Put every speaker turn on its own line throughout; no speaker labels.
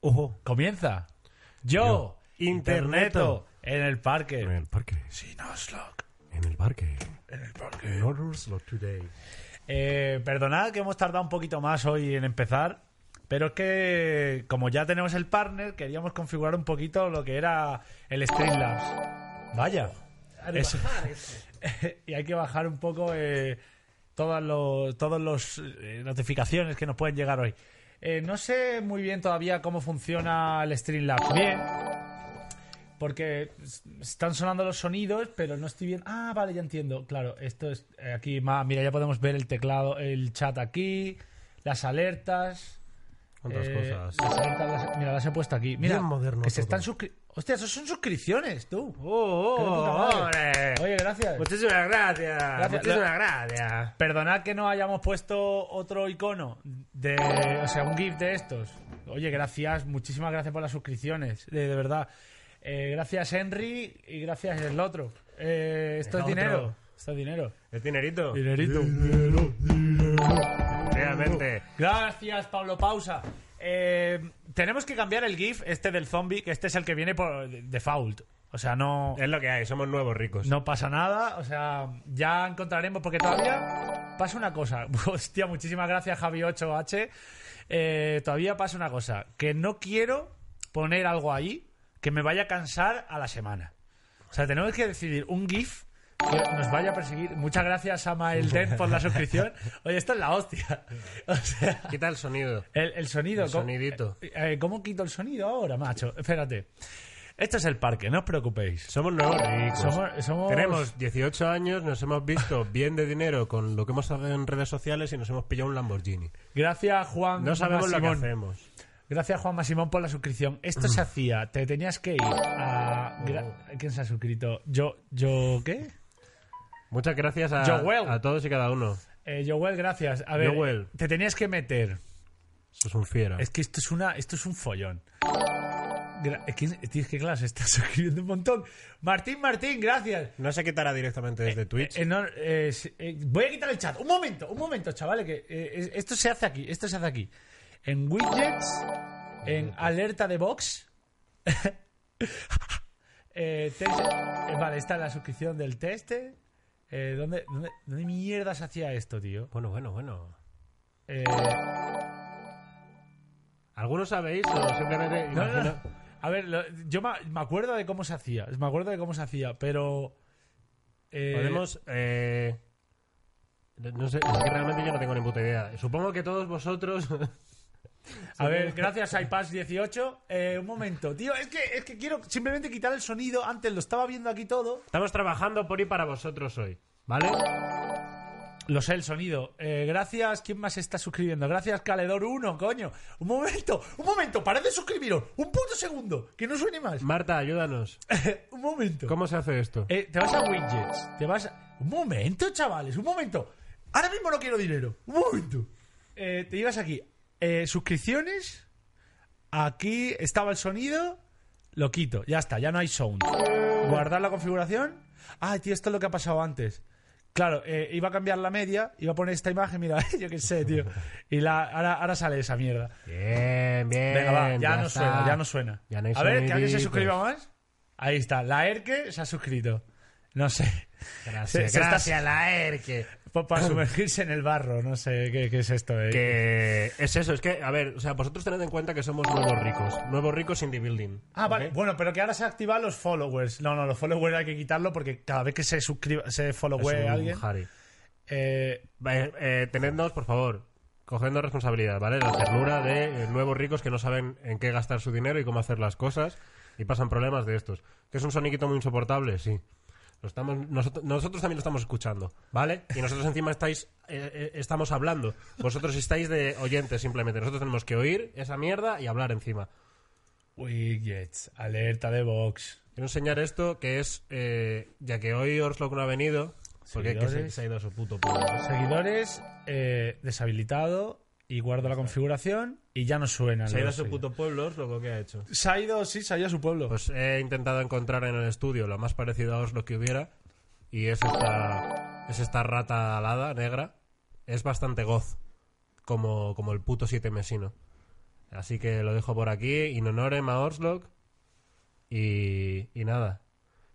Ojo.
Comienza. Yo,
Interneto,
Interneto, en el parque.
En el parque.
Sin Oslo.
En el parque.
En el parque.
En Orlando today.
Eh, perdonad que hemos tardado un poquito más hoy en empezar, pero es que como ya tenemos el partner, queríamos configurar un poquito lo que era el Streamlabs. Vaya. Eso. y hay que bajar un poco eh, todas las todos los, eh, notificaciones que nos pueden llegar hoy. Eh, no sé muy bien todavía cómo funciona el Streamlabs. Bien. Porque s- están sonando los sonidos, pero no estoy bien. Ah, vale, ya entiendo. Claro, esto es eh, aquí más. Mira, ya podemos ver el teclado, el chat aquí, las alertas.
Cuántas
eh,
cosas.
Las alertas, las- mira, las he puesto aquí. Mira,
Bien moderno
que se
todo.
están suscri- Hostia, eso son suscripciones, tú.
¡Oh,
Qué de puta madre.
hombre!
Oye, gracias.
Muchísimas gracias. Muchísimas gracias.
Perdonad que no hayamos puesto otro icono de, o sea, un GIF de estos. Oye, gracias, muchísimas gracias por las suscripciones, de, de verdad. Eh, gracias Henry y gracias el otro. Eh, esto
El
es
otro.
dinero, esto es dinero.
¿Es dinerito?
Dinerito.
Realmente.
Gracias Pablo Pausa. Eh, tenemos que cambiar el GIF este del zombie, que este es el que viene por default. O sea, no
Es lo que hay, somos nuevos ricos.
No pasa nada, o sea, ya encontraremos, porque todavía pasa una cosa. Hostia, muchísimas gracias, Javi8H. Eh, todavía pasa una cosa, que no quiero poner algo ahí que me vaya a cansar a la semana. O sea, tenemos que decidir un GIF que nos vaya a perseguir. Muchas gracias a Maelden por la suscripción. Oye, esto es la hostia. O sea,
Quita el sonido.
el, el sonido.
El
¿cómo-
sonidito.
eh, eh, ¿Cómo quito el sonido ahora, macho? Espérate. Esto es el parque, no os preocupéis.
Somos nuevos ricos.
Somos- somos-
Pues Tenemos 18 años, nos hemos visto bien de dinero con lo que hemos hecho en redes sociales y nos hemos pillado un Lamborghini.
Gracias, Juan.
No sabemos lo que
Masimón.
hacemos.
Gracias, Juan Masimón, por la suscripción. Esto se hacía. Te tenías que ir a. gra- ¿Quién se ha suscrito? Yo. ¿Yo qué?
Muchas gracias a,
Joel.
a todos y cada uno.
Eh, Joel, gracias. A ver,
Joel.
te tenías que meter.
Eso es un fiera.
Es que esto es una. Esto es un follón. Gra- Es que, es que, claro, se está suscribiendo un montón. Martín, Martín, gracias.
No se quitará directamente desde Twitch.
Eh, no, eh, sí, eh, voy a quitar el chat. Un momento, un momento, chavales. Que, eh, es- esto se hace aquí, esto se hace aquí. En widgets, en alerta de box. Eh, text- eh, vale, está la suscripción del test. Eh, ¿dónde, dónde, dónde mierda se hacía esto, tío?
Bueno, bueno, bueno.
Eh,
¿Algunos sabéis o simplemente
no, no,
imagino?
no. A ver, lo- yo me, me acuerdo de cómo se hacía. Me acuerdo de cómo se hacía, pero. eh,
Podemos... eh, No sé, es que realmente yo no tengo ni puta idea. Supongo que todos vosotros...
A ver, gracias iPads 18. Eh, un momento, tío, es que, es que quiero simplemente quitar el sonido. Antes lo estaba viendo aquí todo.
Estamos trabajando por y para vosotros hoy, ¿vale?
Lo sé, el sonido. Eh, gracias, ¿quién más está suscribiendo? Gracias, Caledor 1, coño. Un momento, un momento, parad de suscribiros. Un puto segundo, que no suene más.
Marta, ayúdanos.
un momento.
¿Cómo se hace esto?
Eh, te vas a widgets, te vas a... Un momento, chavales, un momento. Ahora mismo no quiero dinero. Un momento. Eh, te ibas aquí. eh, suscripciones. Aquí estaba el sonido. Lo quito. Ya está, ya no hay sound. Guardar la configuración. Ah, tío, esto es lo que ha pasado antes. Claro, eh, iba a cambiar la media, iba a poner esta imagen, mira, yo qué sé, tío. Y la, ahora, ahora sale esa mierda.
Bien, bien.
Venga, va, ya, no
está.
suena, ya no suena.
Ya no hay
a ver, que alguien se
soniditos.
suscriba más. Ahí está, la Erke se ha suscrito. No sé. Se-
Gracias,
se está-
gracias la ERKE.
Pa- Para sumergirse en el barro, no sé qué, qué es esto. eh?
Que es eso, es que, a ver, o sea, vosotros tened en cuenta que somos nuevos ricos. Nuevos ricos in the building.
Ah, vale.
¿ok?
Bueno, pero que ahora se activan los followers. No, no, los followers hay que quitarlo porque cada vez que se suscriba, se
Es
followe
un
alguien.
Harry.
eh,
Eh, eh, tenednos, por favor, cogednos responsabilidad, ¿vale? La ternura de eh, nuevos ricos que no saben en qué gastar su dinero y cómo hacer las cosas y pasan problemas de estos. Que es un soniquito muy insoportable, sí. Lo estamos, nosotros, nosotros también lo estamos escuchando, ¿vale? Y nosotros encima estáis, eh, eh, estamos hablando. Vosotros estáis de oyentes simplemente. Nosotros tenemos que oír esa mierda y hablar encima.
widgets, alerta de box.
Quiero enseñar esto que es, eh, ya que hoy Orslock no ha venido, porque que se,
Seguidores.
se ha ido a su puto pueblo.
Seguidores, eh, deshabilitado y guardo la configuración y ya no suena.
Se ha ido a
los
su
seguidores.
puto pueblo, Orslock, ¿qué ha hecho?
Se ha ido, sí, se ha ido a su pueblo.
Pues he intentado encontrar en el estudio lo más parecido a Oslo que hubiera. Y es esta, es esta rata alada negra. Es bastante goz. Como, como el puto siete mesino. Así que lo dejo por aquí. In honorem a Orslok. Y, y nada.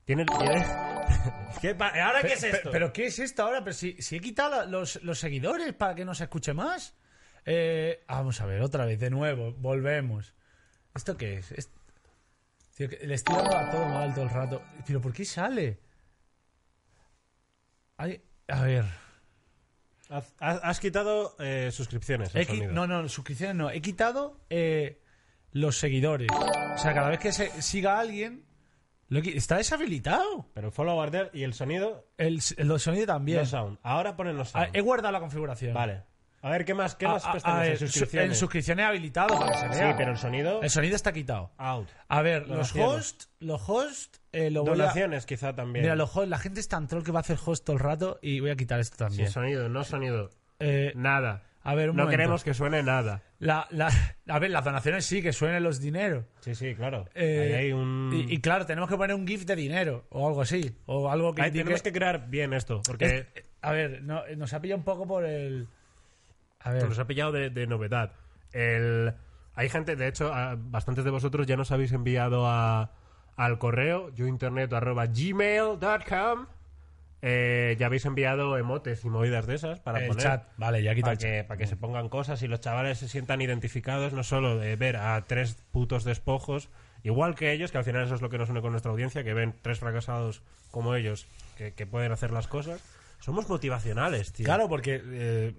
Tiene el
¿Qué pa- ¿Ahora qué es
Pe- pe-
esto? Pero, qué es esto ahora? Pero si, si he quitado la- los, los seguidores para que no se escuche más. Eh, vamos a ver, otra vez, de nuevo, volvemos. ¿Esto qué es? Es- Tío, que le estoy dando a todo mal todo el rato. Pero ¿por qué sale? Ay, a ver.
Has, quitado eh, suscripciones.
He qui- no, no, suscripciones no. He quitado eh, los seguidores. O sea, cada vez que se siga alguien. lo qui- está deshabilitado.
Pero follow order y el sonido.
El, el sonido también.
No sound. Ahora ponen los
Ah,
sound.
he guardado la configuración.
Vale. A ver, ¿qué más? ¿Qué
Ah,
más
ah,
pestañas?
ah,
en
eh, su-
suscripciones.
en suscripciones habilitado para que se
sí,
vea.
pero el sonido.
El sonido está quitado.
Out.
A ver, los
Donaciones.
hosts, los hosts, eh, lo voy a-
Donaciones, quizá también.
Mira, los hosts, la gente es tan troll que va a hacer host todo el rato y voy a quitar esto
Sin
también.
sonido, no sonido.
Eh,
Nada.
a ver, un
no
momento.
queremos que suene nada.
La- la- a ver, las donaciones sí, que suenen los dineros.
Sí, sí, claro.
Eh,
Ahí hay un.
y, y claro, tenemos que poner un GIF de dinero o algo así. O algo que.
Ahí
indique-
tenemos que crear bien esto, porque
Es- a ver, no, nos ha pillado un poco por el. A ver.
nos ha pillado de, de novedad. El... Hay gente, de hecho, a- bastantes de vosotros ya nos habéis enviado a- al correo yointernet.gmail.com. Eh, ya habéis enviado emotes y movidas de esas para
el
poner.
chat. Vale, ya quita
Para
el chat.
que, para que se pongan cosas y los chavales se sientan identificados, no solo de ver a tres putos despojos, igual que ellos, que al final eso es lo que nos une con nuestra audiencia, que ven tres fracasados como ellos que, que pueden hacer las cosas. Somos motivacionales, tío.
Claro, porque eh,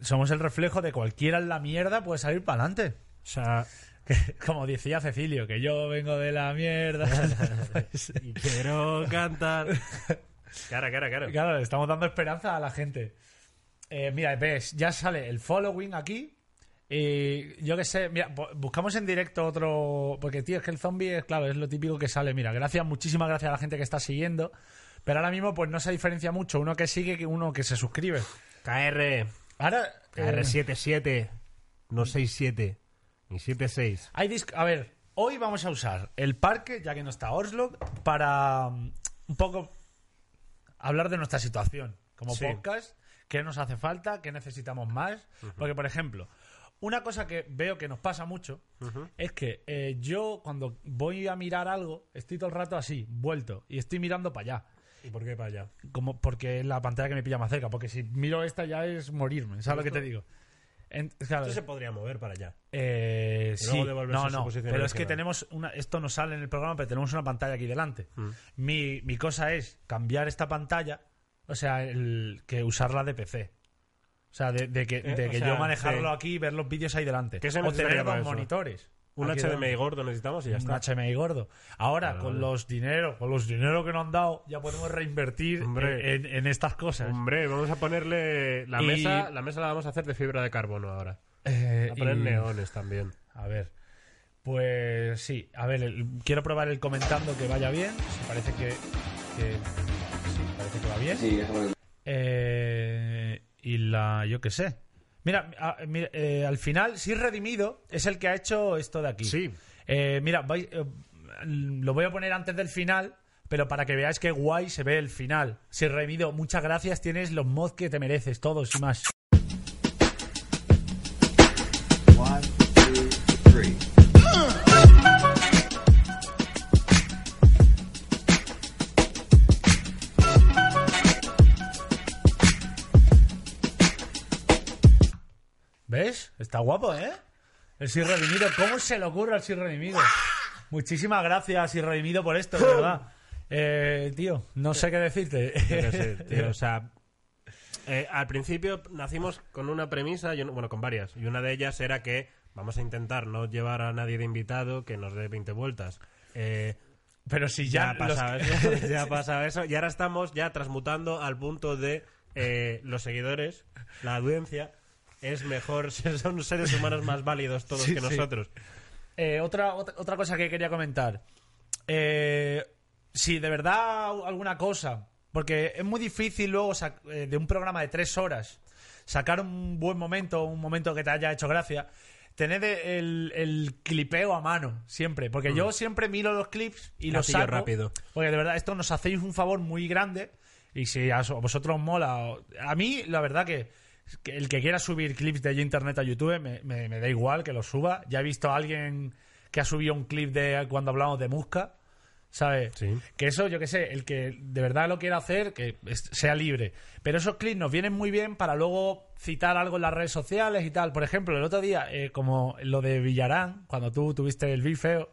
somos el reflejo de cualquiera en la mierda puede salir para adelante.
O sea,
Como decía Cecilio, que yo vengo de la mierda. Pues,
y quiero cantar. Cara, cara, cara.
claro, le estamos dando esperanza a la gente. Eh, mira, ves, ya sale el following aquí. Y yo qué sé, mira, bu- buscamos en directo otro. Porque, tío, es que el zombie es, claro, es lo típico que sale. Mira, gracias, muchísimas gracias a la gente que está siguiendo. Pero ahora mismo, pues no se diferencia mucho uno que sigue que uno que se suscribe.
KR,
Ahora. eh,
KR77, no 67, ni 76.
Hay disc- A ver, hoy vamos a usar el parque, ya que no está Orslock, para mm, un poco hablar de nuestra situación como
Sí.
podcast, qué nos hace falta, qué necesitamos más. Porque, por ejemplo, una cosa que veo que nos pasa mucho es que eh, yo cuando voy a mirar algo, estoy todo el rato así, vuelto, y estoy mirando para allá.
¿Y por qué para allá?
Como porque es la pantalla que me pilla más cerca, porque si miro esta ya es morirme, ¿sabes lo que te digo? En- claro,
Esto se podría mover para allá.
eh,
Y
sí,
luego devolverse
no,
a su
no,
posición
pero es que
original.
tenemos una, esto no sale en el programa, pero tenemos una pantalla aquí delante.
Mm.
Mi, mi cosa es cambiar esta pantalla, o sea, el, que usarla de PC. O sea, de, de que,
Eh,
de
o
que
sea,
yo manejarlo
sí.
aquí y ver los vídeos ahí delante.
¿Qué se
o
necesitaría
tener
para
dos
eso?
monitores.
Un
Aquí
HDMI
delante.
gordo necesitamos y ya
Un
está.
HDMI gordo. Ahora,
Vale,
con
vale.
los dineros, con los dineros que nos han dado, ya podemos reinvertir
Hombre.
en, en- en estas cosas.
Hombre, vamos a ponerle la
Y-
mesa, la mesa la vamos a hacer de fibra de carbono ahora.
Eh,
A poner
y-
neones también.
A ver. Pues sí, a ver, el- quiero probar el comentando que vaya bien. Si parece que, que- sí, parece que va bien.
Sí, eso me-
Eh, y la, yo qué sé. Mira, a- mira, eh, al final, si es redimido, es el que ha hecho esto de aquí.
Sí.
Eh, mira, vais- eh, lo voy a poner antes del final, pero para que veáis que guay se ve el final. Si redimido, muchas gracias, tienes los mods que te mereces, todos y más.
One, two, three.
¿Ves? Está guapo, ¿eh? El Sir Redimido. ¿Cómo se le ocurre al Sir Redimido? Muchísimas gracias, Sir Redimido, por esto, de verdad. Eh, tío, no sé qué decirte.
Yo qué sé, tío, o sea, eh, al principio nacimos con una premisa, y un- bueno, con varias, y una de ellas era que vamos a intentar no llevar a nadie de invitado que nos dé 20 vueltas. Eh,
Pero si
ya
ya...
ha
los-
pasado eso, ya ha pasado eso, y ahora estamos ya transmutando al punto de eh, los seguidores, la audiencia, es mejor, son seres humanos más válidos todos
Sí,
que
sí.
nosotros.
Eh, otra, otra, otra cosa que quería comentar. Eh, si de verdad alguna cosa, porque es muy difícil luego sac- eh, de un programa de tres horas sacar un buen momento, un momento que te haya hecho gracia, tener de- el, el clipeo a mano siempre, porque yo siempre miro los clips y los
Gatillo
saco.
rápido.
Porque de verdad, esto nos hacéis un favor muy grande. Y si a so- a vosotros os mola. o- A mí, la verdad que que el que quiera subir clips de internet a YouTube, me, me- me da igual que los suba. Ya he visto a alguien que ha subido un clip de cuando hablamos de Musca, ¿sabes?
Sí.
Que eso, yo qué sé, el que de verdad lo quiera hacer, que es- sea libre. Pero esos clips nos vienen muy bien para luego citar algo en las redes sociales y tal. Por ejemplo, el otro día, eh, como lo de Villarán, cuando tú tuviste el bifeo,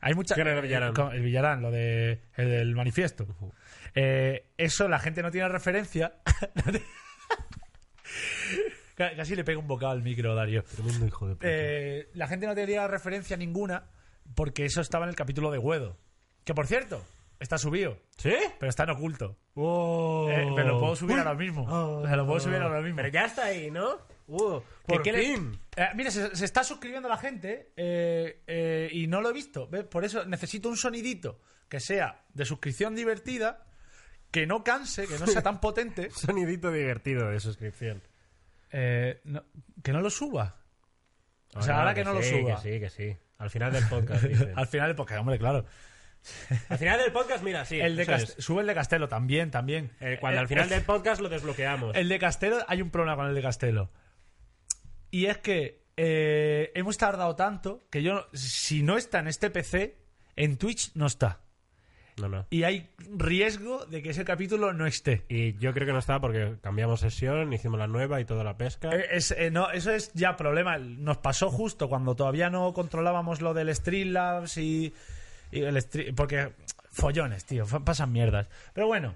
hay mucha
¿Quién era Villarán?
eh, co- El, Villarán, lo de el del manifiesto. Eh, eso la gente no tiene referencia. Ca- Casi le pego un bocado al micro, Darío.
Tremendo hijo de puta.
Eh, la gente no tenía referencia ninguna porque eso estaba en el capítulo de Guedo. Que por cierto, está subido,
¿Sí?
pero está en oculto.
¡Wow!
Eh, me lo puedo subir ahora mismo.
Oh.
Me lo puedo subir ahora mismo.
Pero ya está ahí, ¿no? ¡Uh!
Que
¡Por
qué le-
fin!
Eh, mira, se, se está suscribiendo la gente eh, eh, y no lo he visto. ¿ves? Por eso necesito un sonidito que sea de suscripción divertida, que no canse, que no sea tan potente,
Sonidito divertido de suscripción.
eh, no- que no lo suba. O sea, ahora que no lo
sí,
suba.
Que sí, que sí. Al final del podcast, dicen.
Al final, porque, hombre, claro.
Al final del podcast, mira, sí.
El de
eso
Cast-
es.
Sube el de Castelo también, también.
Eh, cuando al final del podcast lo desbloqueamos.
El de Castelo, hay un problema con el de Castelo. Y es que eh, hemos tardado tanto que yo, no- si no está en este PC, en Twitch no está.
No, no.
Y hay riesgo de que ese capítulo no esté.
Y yo creo que no estaba porque cambiamos sesión, hicimos la nueva y toda la pesca.
Eh, es- eh, no, eso es ya problema. Nos pasó justo cuando todavía no controlábamos lo del Streamlabs y, y el Stre- Porque follones, tío, fa- pasan mierdas. Pero bueno,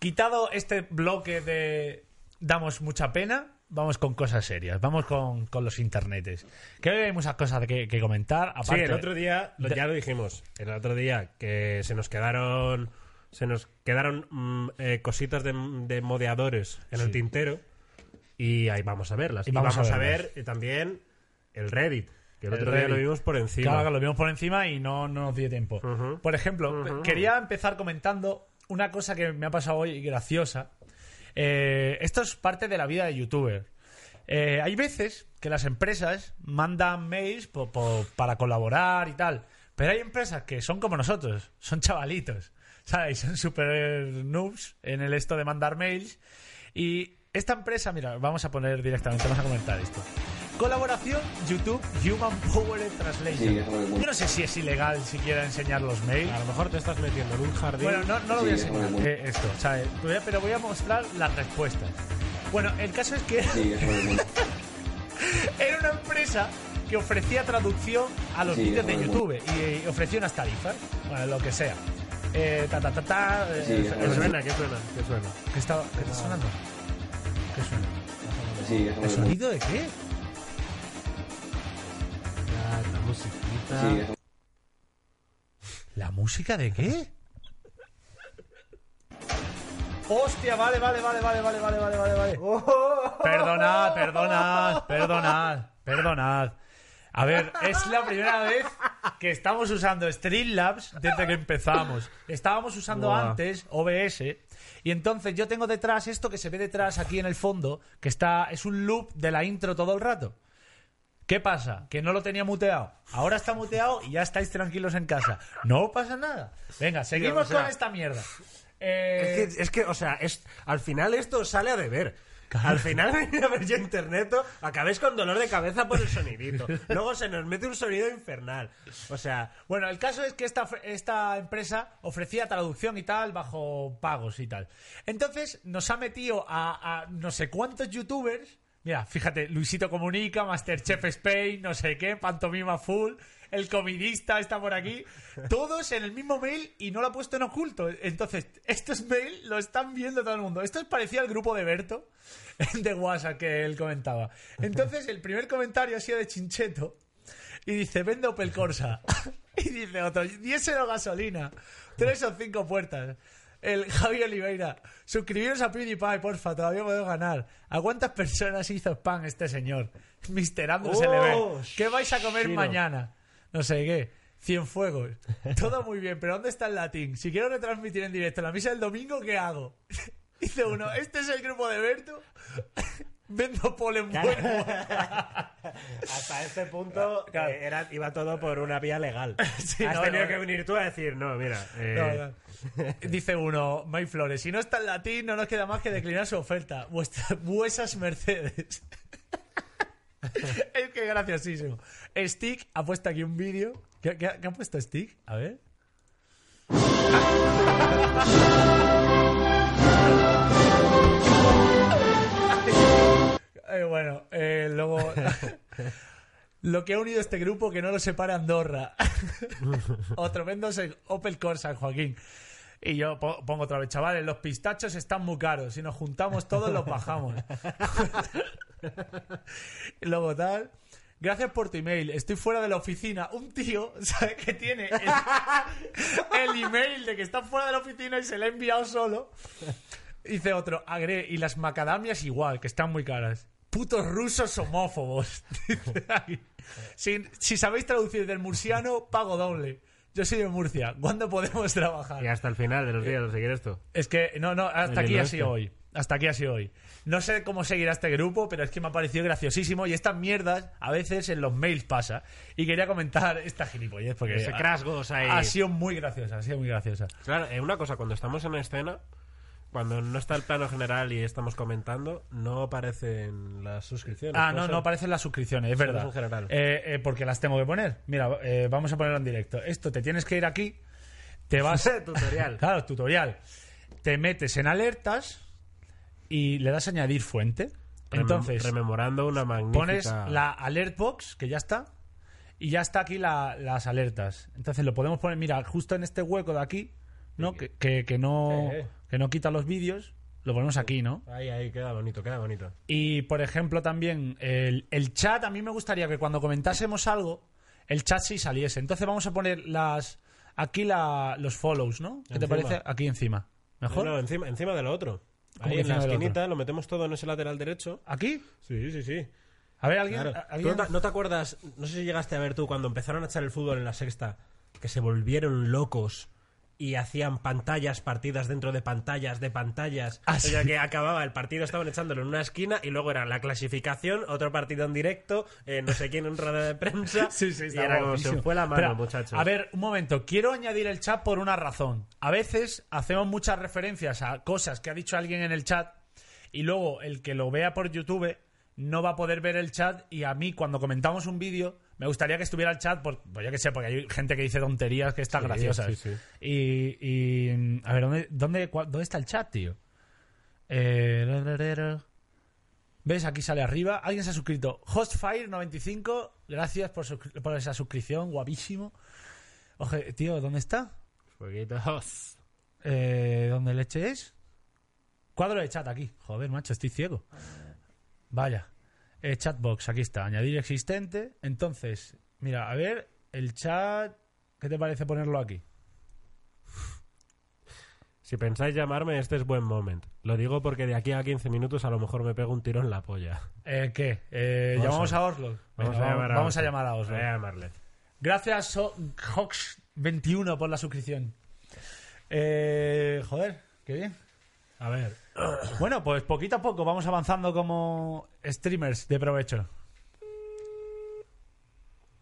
quitado este bloque de damos mucha pena, vamos con cosas serias, vamos con, con los internetes. Que hoy hay muchas cosas que, que comentar.
sí,
Aparte,
el otro día, lo-
de-
ya lo dijimos, el otro día que se nos quedaron se nos quedaron mm, eh, cositas de, de modeadores en el tintero y ahí vamos a verlas.
Y
Y
vamos
vamos,
a
a ver
verlas.
eh, también el Reddit, que el,
El
otro día
Reddit.
lo vimos por encima.
Claro, que lo vimos por encima y no, no nos dio tiempo.
Ujú.
Por ejemplo, quería empezar comentando una cosa que me ha pasado hoy graciosa. Eh, esto es parte de la vida de youtuber. Eh, hay veces que las empresas mandan mails po- po- para colaborar y tal, pero hay empresas que son como nosotros, son chavalitos, ¿sabes? Son super noobs en el esto de mandar mails. Y esta empresa, mira, vamos a poner directamente, vamos a comentar esto. Colaboración YouTube Human Power Translation.
Sí, es lo que cuenta.
Yo no sé si es ilegal siquiera enseñar los mails.
A lo mejor te estás metiendo en un jardín.
Bueno, no, no lo
Sí,
voy a
es
enseñar
muy bueno.
eh, esto, o sea, eh, voy a- pero voy a mostrar las respuestas. Bueno, el caso es que
Sí, es muy bueno.
era una empresa que ofrecía traducción a los
Sí,
vídeos de
es muy
YouTube y, eh, ofrecía unas tarifas, bueno, lo que sea. Eh, ta, ta, ta, ta, eh,
Sí, es
eh,
muy
¿Qué
bueno.
suena? ¿Qué suena? ¿Qué suena?
¿Qué está, qué está sonando? ¿Qué suena?
Sí, es muy
¿El
bueno.
sonido de qué?
la musiquita.
Sí, es muy
¿La música de qué? Hostia, vale, vale, vale, vale, vale, vale, vale, vale, vale. Perdonad, perdonad, perdonad, perdonad. A ver, es la primera vez que estamos usando Streamlabs desde que empezamos. Estábamos usando
Buah.
antes OBS y entonces yo tengo detrás esto que se ve detrás aquí en el fondo, que está es un loop de la intro todo el rato. ¿Qué pasa? Que no lo tenía muteado. Ahora está muteado y ya estáis tranquilos en casa. No pasa nada. Venga, seguimos
o sea-
con esta mierda. Eh,
Es que, es que, o sea, es, al final esto sale a deber. Al final venir a ver yo internet, acabéis con dolor de cabeza por el sonidito. Luego se nos mete un sonido infernal. O sea,
Bueno, el caso es que esta, esta empresa ofrecía traducción y tal bajo pagos y tal. Entonces nos ha metido a, a no sé cuántos youtubers. Mira, fíjate, Luisito Comunica, Masterchef Spain, no sé qué, Pantomima Full, el comidista está por aquí. Todos en el mismo mail y no lo ha puesto en oculto. Entonces, estos mail lo están viendo todo el mundo. Esto es parecido al grupo de Berto de WhatsApp que él comentaba. Entonces, el primer comentario ha sido de Chincheto. Y dice, vende Opel Corsa. y dice otro, diésel o gasolina. Tres o cinco puertas. El Javi Oliveira, suscribiros a PewDiePie, porfa, todavía podemos ganar. ¿A cuántas personas hizo spam este señor? Mr. Andrew
Oh,
se le ve. ¿Qué vais a comer
Shiro.
mañana? No sé qué. Cienfuegos. Todo muy bien, pero ¿dónde está el latín? Si quiero retransmitir en directo la misa del domingo, ¿qué hago? Dice uno, este es el grupo de Berto. Vendo polen
Claro.
bueno.
Hasta este punto
Claro.
eh, era, iba todo por una vía legal.
Sí,
Has
no,
tenido
no.
que venir tú a decir, no, mira. eh,
No, no. Dice uno, May Flores, si no está en latín, no nos queda más que declinar su oferta. Vuestra- vuesas mercedes. es que graciosísimo. Stick ha puesto aquí un vídeo. ¿Qué, qué, ha- qué ha puesto Stick? A ver. Eh, bueno, eh, luego. Lo que ha unido este grupo que no lo separa Andorra. o tremendo se- Opel Corsa, Joaquín. Y yo po- pongo otra vez, chavales, los pistachos están muy caros. Si nos juntamos todos, los bajamos. Y luego tal. Gracias por tu email. Estoy fuera de la oficina. Un tío, ¿sabes qué tiene? El, el email de que está fuera de la oficina y se le ha enviado solo. Dice otro, agre, y las macadamias igual, que están muy caras. Putos rusos homófobos. Dice ahí. si, si sabéis traducir del murciano, pago doble. Yo soy de Murcia. ¿Cuándo podemos
Y
trabajar?
hasta el final de
Eh,
los días de seguir esto.
Es que, no, no, hasta
El
aquí ha
oeste.
sido hoy. Hasta aquí ha sido hoy. No sé cómo seguirá este grupo, pero es que me ha parecido graciosísimo. Y estas mierdas a veces en los mails pasa. Y quería comentar esta gilipollez, porque
Ese
eh, ha-
crasgos ahí.
ha sido muy graciosa, ha sido muy graciosa.
Claro, eh, una cosa, cuando estamos en escena, cuando no está el plano general y estamos comentando, no aparecen las suscripciones.
Ah,
Puede
no,
ser.
no aparecen las suscripciones, es
Solo
verdad.
es un general.
Eh, eh, porque las tengo que poner. Mira, eh, vamos a ponerlo en directo. Esto, te tienes que ir aquí, te vas...
Tutorial.
claro, tutorial. Te metes en alertas y le das a añadir fuente.
Remem-
Entonces,
Rememorando una magnífica...
pones la alert box, que ya está, y ya está aquí la- las alertas. Entonces lo podemos poner, mira, justo en este hueco de aquí, ¿no? Que, que- que no,
Sí.
que no quita los vídeos, lo ponemos aquí, ¿no?
Ahí, ahí, queda bonito, queda bonito.
Y por ejemplo, también el, el chat, a mí me gustaría que cuando comentásemos algo, el chat sí saliese. Entonces vamos a poner las aquí la, los follows, ¿no? ¿Qué te
Encima.
parece? Aquí encima. ¿Mejor?
No, no, encima, encima de lo otro.
¿Cómo
Ahí
que
en la
encima de lo
esquinita lo metemos todo en ese lateral derecho.
¿Aquí?
Sí, sí, sí.
A ver, alguien.
Claro.
a-
¿Tú
alguien-
no, te, no te acuerdas? No sé si llegaste a ver tú cuando empezaron a echar el fútbol en la sexta, que se volvieron locos y hacían pantallas, partidas dentro de pantallas, de pantallas.
Ah,
o sea
sí.
que acababa el partido, estaban echándolo en una esquina y luego era la clasificación, otro partido en directo, eh, no sé quién en rueda de prensa.
Sí, sí,
y
está
era como
guapísimo.
se fue la mano,
Espera,
muchachos.
A ver, un momento. Quiero añadir el chat por una razón. A veces hacemos muchas referencias a cosas que ha dicho alguien en el chat y luego el que lo vea por YouTube no va a poder ver el chat y a mí cuando comentamos un vídeo me gustaría que estuviera el chat por, pues yo que sé, porque hay gente que dice tonterías que están
Sí,
graciosas.
sí, sí.
Y, y, a ver, ¿dónde, dónde, cua- dónde está el chat, tío? Eh, ra, ra, ra, ra. ¿Ves? Aquí sale arriba. Alguien se ha suscrito. Hostfire95, gracias por, suscri- por esa suscripción, guapísimo. Oje, tío, ¿dónde está?
Fueguitos.
Eh, ¿Dónde leche es? Cuadro de chat aquí. Joder, macho, estoy ciego. Vaya. Eh, chatbox, aquí está. Añadir existente. Entonces, mira, a ver, el chat. ¿Qué te parece ponerlo aquí?
Si pensáis llamarme, este es buen momento. Lo digo porque de aquí a 15 minutos a lo mejor me pego un tiro en la polla.
Eh, ¿Qué? Eh,
Vamos
¿Llamamos
a-
a Oslo? Venga,
Vamos a llamar a
vamos a
Oslo.
llamar a Oslo.
Voy a llamarle.
Gracias, So- Hox21, por la suscripción. Eh, joder, qué bien.
A ver,
Bueno, pues poquito a poco vamos avanzando como streamers de provecho.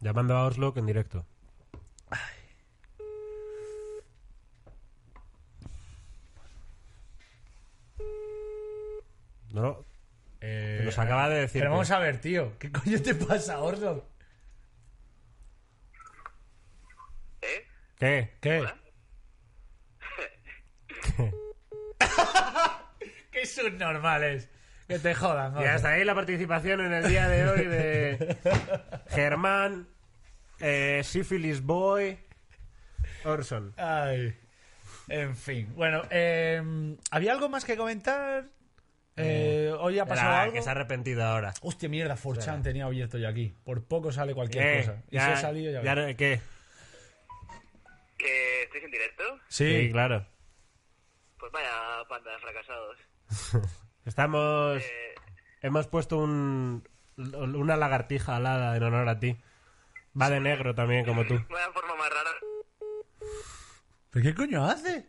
llamando a Oslo en directo. No, no,
Eh,
nos acaba de decir.
pero
que-
vamos a ver, tío. ¿Qué coño te pasa, Orlov?
¿Eh?
¿Qué?
¿Qué?
¿Qué?
¿Qué subnormales? Que te jodan,
Y
Orlov.
hasta ahí la participación en el día de hoy de Germán, eh, Sífilis Boy, Orson.
Ay. En fin. Bueno, eh, ¿había algo más que comentar? Eh, ¿Hoy ha pasado
Espera,
algo?
que se ha arrepentido ahora.
Hostia, mierda, Forchan tenía abierto ya aquí. Por poco sale cualquier
Eh,
cosa. Y si ha salido, ya
ya
ves.
no- ¿Qué?
¿Que estáis en directo?
Sí, claro.
Pues vaya banda de fracasados.
Estamos.
Eh,
Hemos puesto un, una lagartija alada en honor a ti. Va de negro también, como tú.
vaya forma más rara.
¿Pero qué coño hace?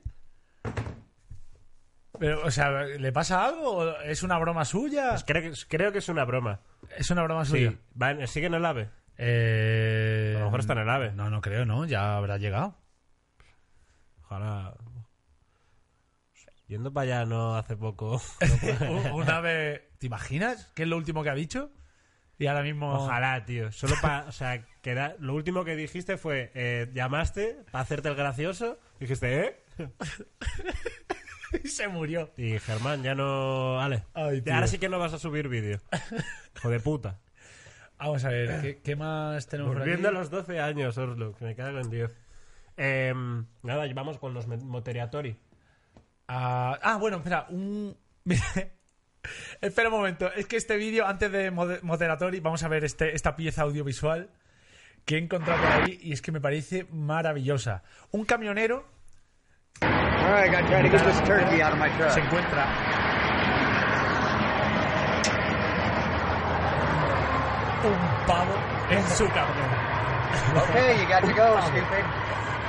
Pero, o sea, ¿le pasa algo? ¿Es una broma suya?
Creo que, creo que es una broma.
Es una broma
Sí.
suya.
Va en- sigue en el AVE.
Eh,
A lo mejor está en el AVE.
No, no creo, ¿no? Ya habrá llegado.
Ojalá. Yendo para allá, no hace poco.
Un- un ave... ¿Te imaginas qué es lo último que ha dicho? Y ahora mismo...
Ojalá, tío. Solo para. O sea, que da- lo último que dijiste fue: eh, llamaste para hacerte el gracioso. Dijiste, ¿eh?
Y se murió.
Y Germán, ya no. Ale.
Ay, tío.
ahora sí que no vas a subir vídeo. Hijo de puta.
Vamos a ver, ¿qué, qué más tenemos por aquí?
Volviendo a los 12 años, Orlo, que me cago en 10. Em, nada, vamos con los me- Moteriatori.
Ah, ah, bueno, espera, un... Mira, espera un momento, es que este vídeo, antes de mode- Moderatori, vamos a ver este, esta pieza audiovisual que he encontrado por ahí y es que me parece maravillosa. Un camionero
All right, I gotta try to get this turkey out of my
se
truck.
encuentra un pavo en su camión.
Okay, you got to go, stupid.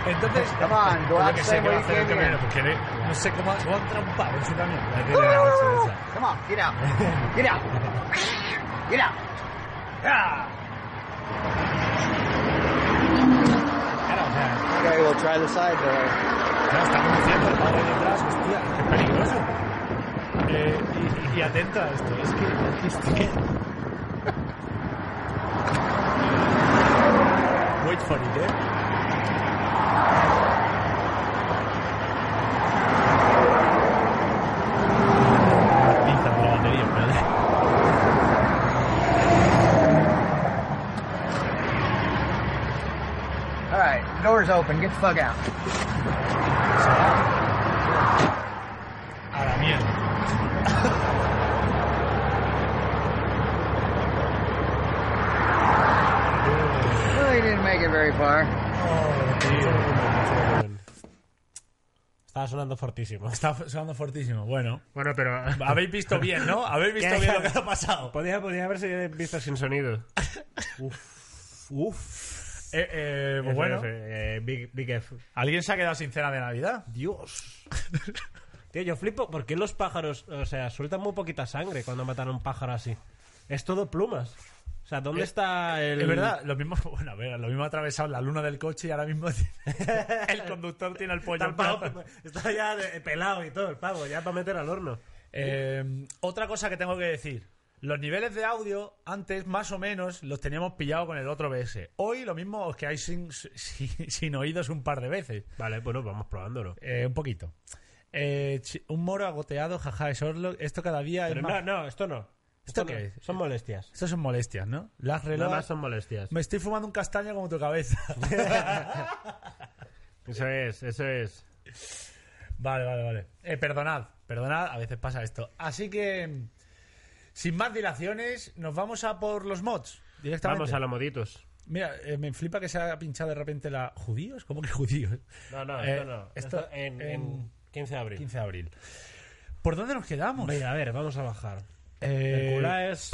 Entonces,
Come on, go
yo
out
que
the
sé
same
qué
way
va a
you
hacer el
came
camionero,
in.
porque le- no sé cómo cómo entra un pavo en su camión.
Ahí tiene la leche esa.
Come on, get out. Get out. Get out.
Claro, o sea,
Okay, we'll try the side door.
Ya está conduciendo el pavo de detrás, hostia, qué peligroso. Eh, y, y- y atenta a esto, es que. Es que... Wait for it, eh. Pinza por la batería, ¿vale?
All right, door's open. Get the fuck out.
A la mierda.
Well, he didn't make it very far.
Estaba sonando fortísimo.
Está sonando fortísimo. Bueno,
Bueno, pero.
habéis visto bien, ¿no? Habéis visto
¿Qué?
bien lo que ha pasado.
Podía, podía haberse visto sin sonido. Uf. Uf.
Eh, eh, pues bueno,
Eso, eh, big, big F.
¿alguien se ha quedado sin cena de Navidad?
Dios. Tío, yo flipo. ¿Por qué los pájaros, o sea, sueltan muy poquita sangre cuando matan a un pájaro así? Es todo plumas. O sea, ¿dónde está el.
Es verdad, lo mismo, bueno, a ver, lo mismo ha atravesado la luna del coche y ahora mismo el conductor tiene el pollo.
Está,
en
el pavo-
plato.
está ya de- eh, pelado y todo el pavo, ya para meter al horno.
Eh, otra cosa que tengo que decir. Los niveles de audio, antes más o menos, los teníamos pillado con el otro BS. Hoy lo mismo os quedáis sin, sin- sin oídos un par de veces.
Vale, bueno, vamos probándolo.
Eh, un poquito. Eh, chi- un moro agoteado, jaja, es Orlok. Esto cada día
Pero
es
no,
más...
no, esto no.
¿Esto
no.
qué es?
Son molestias.
Estas son molestias, ¿no? Las
Nada
relojas...
más son molestias.
Me estoy fumando un castaño como tu cabeza.
Eso es, eso es.
Vale, vale, vale. Eh, perdonad, perdonad, a veces pasa esto. Así que, sin más dilaciones, nos vamos a por los mods. Directamente.
Vamos a los moditos.
Mira, eh, me flipa que se ha pinchado de repente la... ¿Judíos? ¿Cómo que judíos?
No, no,
Eh,
esto no. Esto, en, en 15 de abril.
15 de abril. ¿Por dónde nos quedamos?
Venga, a ver, vamos a bajar.
Eh,
Herculá es.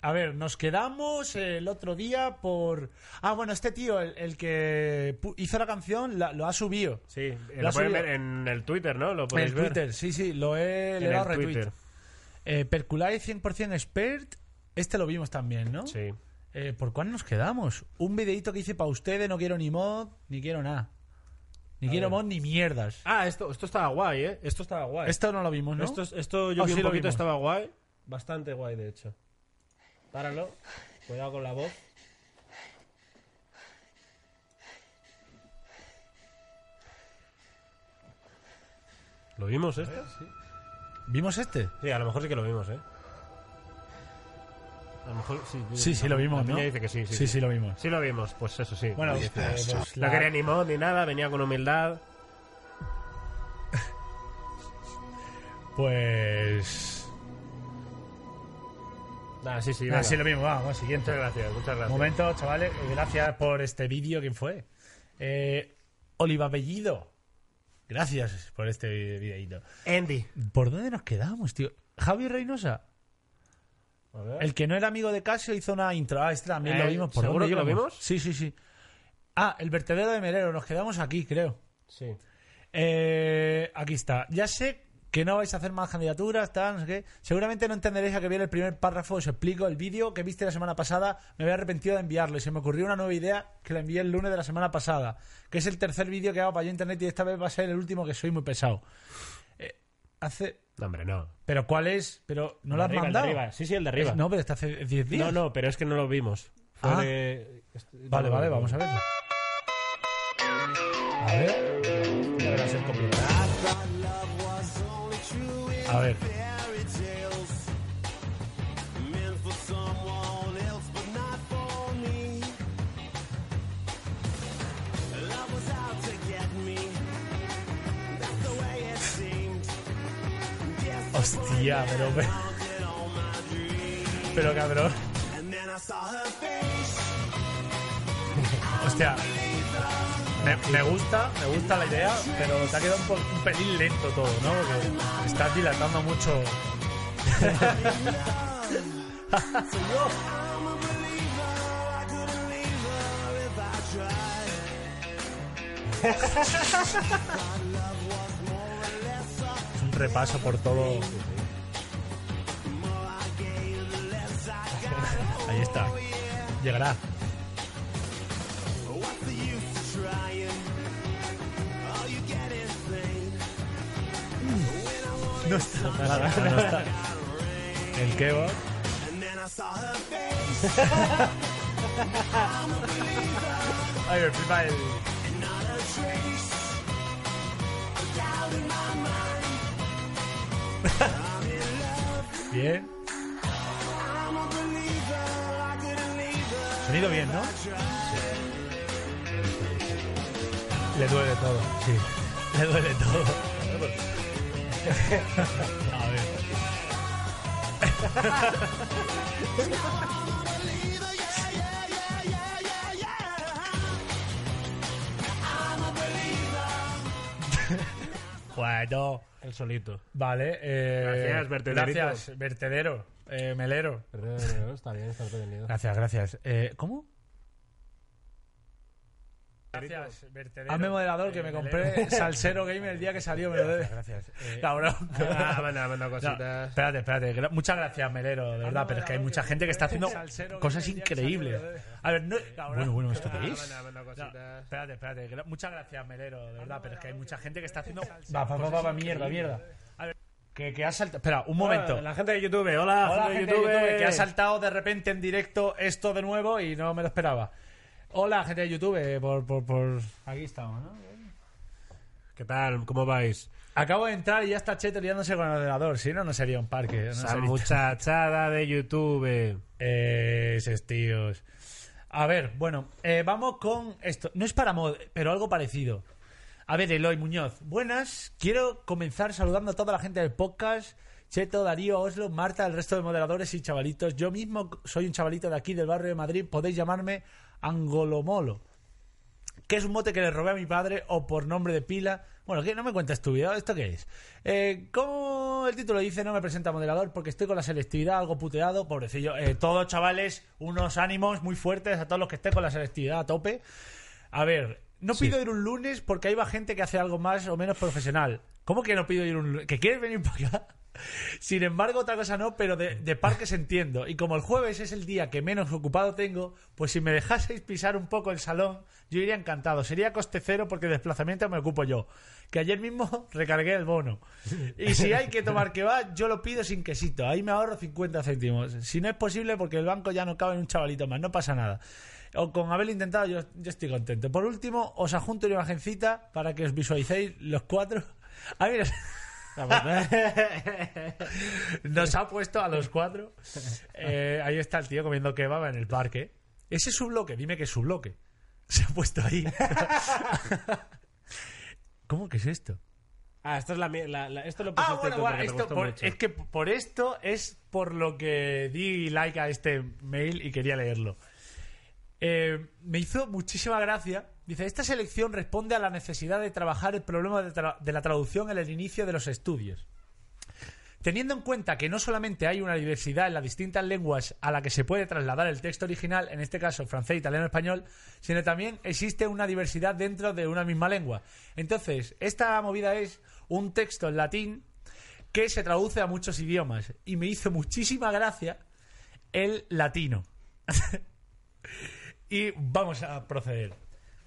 a ver, nos quedamos el otro día por... Ah, bueno, este tío, el, el que pu- hizo la canción, la- lo ha subido.
Sí, eh,
Lo
lo,
ha
pueden
subido.
ver en el Twitter, ¿no? Lo podéis
En
ver.
Twitter, sí, sí, lo he
En
le he dado
el
retweet.
Twitter.
Eh, Perculay 100% expert, este lo vimos también, ¿no?
Sí.
Eh, ¿Por cuál nos quedamos? Un videito que hice para ustedes, no quiero ni mod, ni quiero nada. Ni quiero mod ni mierdas.
Ah, esto, esto estaba guay, ¿eh? Esto estaba guay.
Esto no lo vimos, ¿no?
esto, es- esto yo
Ah,
vi
sí,
un
lo
poquito,
vimos.
estaba guay. Bastante guay, de hecho. Páralo. Cuidado con la voz. ¿Lo vimos esto?
¿Vimos este?
Sí, a lo mejor sí que lo vimos, ¿eh? A lo mejor sí. yo-
Sí, sí, lo vimos,
la
¿no?
piña dice que sí, sí.
sí, lo vimos.
Sí lo vimos, pues eso sí.
Bueno,
Ahí
eh,
está.
pues
no
la-
quería ni mod ni nada, venía con humildad.
Pues...
Ah, sí, sí, venga.
Así lo mismo, vamos, siguiente.
Muchas gracias, muchas gracias.
Momento, chavales, eh, gracias por este vídeo. ¿Quién fue? Eh, Oliva Bellido. Gracias por este videíto.
Andy.
¿Por dónde nos quedamos, tío? Javi Reynosa.
A ver.
El que no era amigo de Casio hizo una intro. Ah, este también
Eh,
lo vimos. ¿Por
¿seguro
dónde
que lo
íbamos?
vimos?
Sí, sí, sí. Ah, el vertedero de Merero. Nos quedamos aquí, creo.
Sí.
Eh, aquí está. Ya sé que no vais a hacer más candidaturas, tal, no sé qué. Seguramente no entenderéis a que viene el primer párrafo, os explico. El vídeo que viste la semana pasada me había arrepentido de enviarlo y se me ocurrió una nueva idea que la envié el lunes de la semana pasada, que es el tercer vídeo que hago para yo internet y esta vez va a ser el último que soy muy pesado. Eh, hace...
No, hombre, no.
¿Pero cuál es? ¿Pero no lo has
Arriba, el de
mandado?
arriba. Sí, sí, el de arriba.
No, pero está hace 10 días.
No, no, pero es que no lo vimos. Fue
Ah.
de-
Vale, vale, vamos a verlo. A ver. A ver. Hostia, pero... Pero, pero cabrón. Hostia. Me, me gusta, me gusta la idea, pero te ha quedado un, po- un pelín lento todo, ¿no? Porque estás dilatando mucho. Es un repaso por todo. Ahí está. Llegará. No está nada, no está. El kebab. Ay, me flipa el. Bien. Sonido bien, ¿no? Le duele todo. Sí. Le duele todo. A ver. Bueno,
El solito.
vale. eh,
Gracias, vertederito.
Gracias, vertedero. eh, melero.
Pero, pero está bien, está entretenido.
Gracias, gracias. Eh, ¿Cómo? Gracias, vertedero. Hazme moderador que me compré Salsero Game el día que salió, me lo debe. Gracias. eh. Cabrón.
Ah, me han dado- me han dado
No,
cositas.
espérate, espérate. Gra- Muchas gracias, Melero, de verdad. Pero es que hay mucha gente que está haciendo cosas increíbles. A ver, no. Bueno, bueno, ¿esto qué es?
Me han dado
No,
cositas.
espérate, espérate. Gra- Muchas gracias, Melero, de Ah, verdad. Pero es que hay mucha gente que está haciendo. Va, va, va, va, va, mierda, mierda. A ver, que, que ha saltado. Espera, un momento.
La gente de YouTube, hola,
Hola, gente de
YouTube.
YouTube, que ha saltado de repente en directo esto de nuevo y no me lo esperaba. Hola, gente de YouTube, eh, por, por, por... Aquí estamos, ¿no?
¿Qué tal? ¿Cómo vais?
Acabo de entrar y ya está Cheto liándose con el ordenador, si no, no sería un parque. No
Esa
sería-
muchachada de YouTube.
Eh, esos tíos. A ver, bueno, eh, vamos con esto. No es para mod, pero algo parecido. A ver, Eloy Muñoz. Buenas, quiero comenzar saludando a toda la gente del podcast. Cheto, Darío, Oslo, Marta, el resto de moderadores y chavalitos. Yo mismo soy un chavalito de aquí, del barrio de Madrid. Podéis llamarme Angolomolo. que es un mote que le robé a mi padre o por nombre de pila. Bueno, que no me cuentas tu vida, ¿esto qué es? Eh, como el título dice, no me presenta moderador porque estoy con la selectividad algo puteado, pobrecillo. Eh, todos chavales, unos ánimos muy fuertes a todos los que estén con la selectividad a tope. A ver, no pido ir un lunes porque ahí va gente que hace algo más o menos profesional. ¿Cómo que no pido ir un lunes? ¿Que quieres venir para acá? Sin embargo, otra cosa no, pero de, de parques entiendo. Y como el jueves es el día que menos ocupado tengo, pues si me dejaseis pisar un poco el salón, yo iría encantado. Sería coste cero porque de desplazamiento me ocupo yo. Que ayer mismo recargué el bono. Y si hay que tomar que va, yo lo pido sin quesito. Ahí me ahorro 50 céntimos. Si no es posible, porque el banco ya no cabe en un chavalito más, no pasa nada. O con haberlo intentado, yo, yo estoy contento. Por último, os adjunto una imagencita para que os visualicéis los cuatro. Ah, mira. Nos ha puesto a los cuatro. Eh, ahí está el tío comiendo kebab en el parque. Ese es su bloque, dime que es su bloque. Se ha puesto ahí. ¿Cómo que es esto?
Ah, esto es la, mie- la- la- esto lo
Ah,
pusiste
bueno,
tú
bueno,
porque te
esto
gustó
por-
mucho.
es que por esto es por lo que di like a este mail y quería leerlo. Eh, me hizo muchísima gracia. Dice, esta selección responde a la necesidad de trabajar el problema de, tra- de la traducción en el inicio de los estudios. Teniendo en cuenta que no solamente hay una diversidad en las distintas lenguas a la que se puede trasladar el texto original, en este caso francés, italiano, español, sino también existe una diversidad dentro de una misma lengua. Entonces, esta movida es un texto en latín que se traduce a muchos idiomas. Y me hizo muchísima gracia el latino. y vamos a proceder.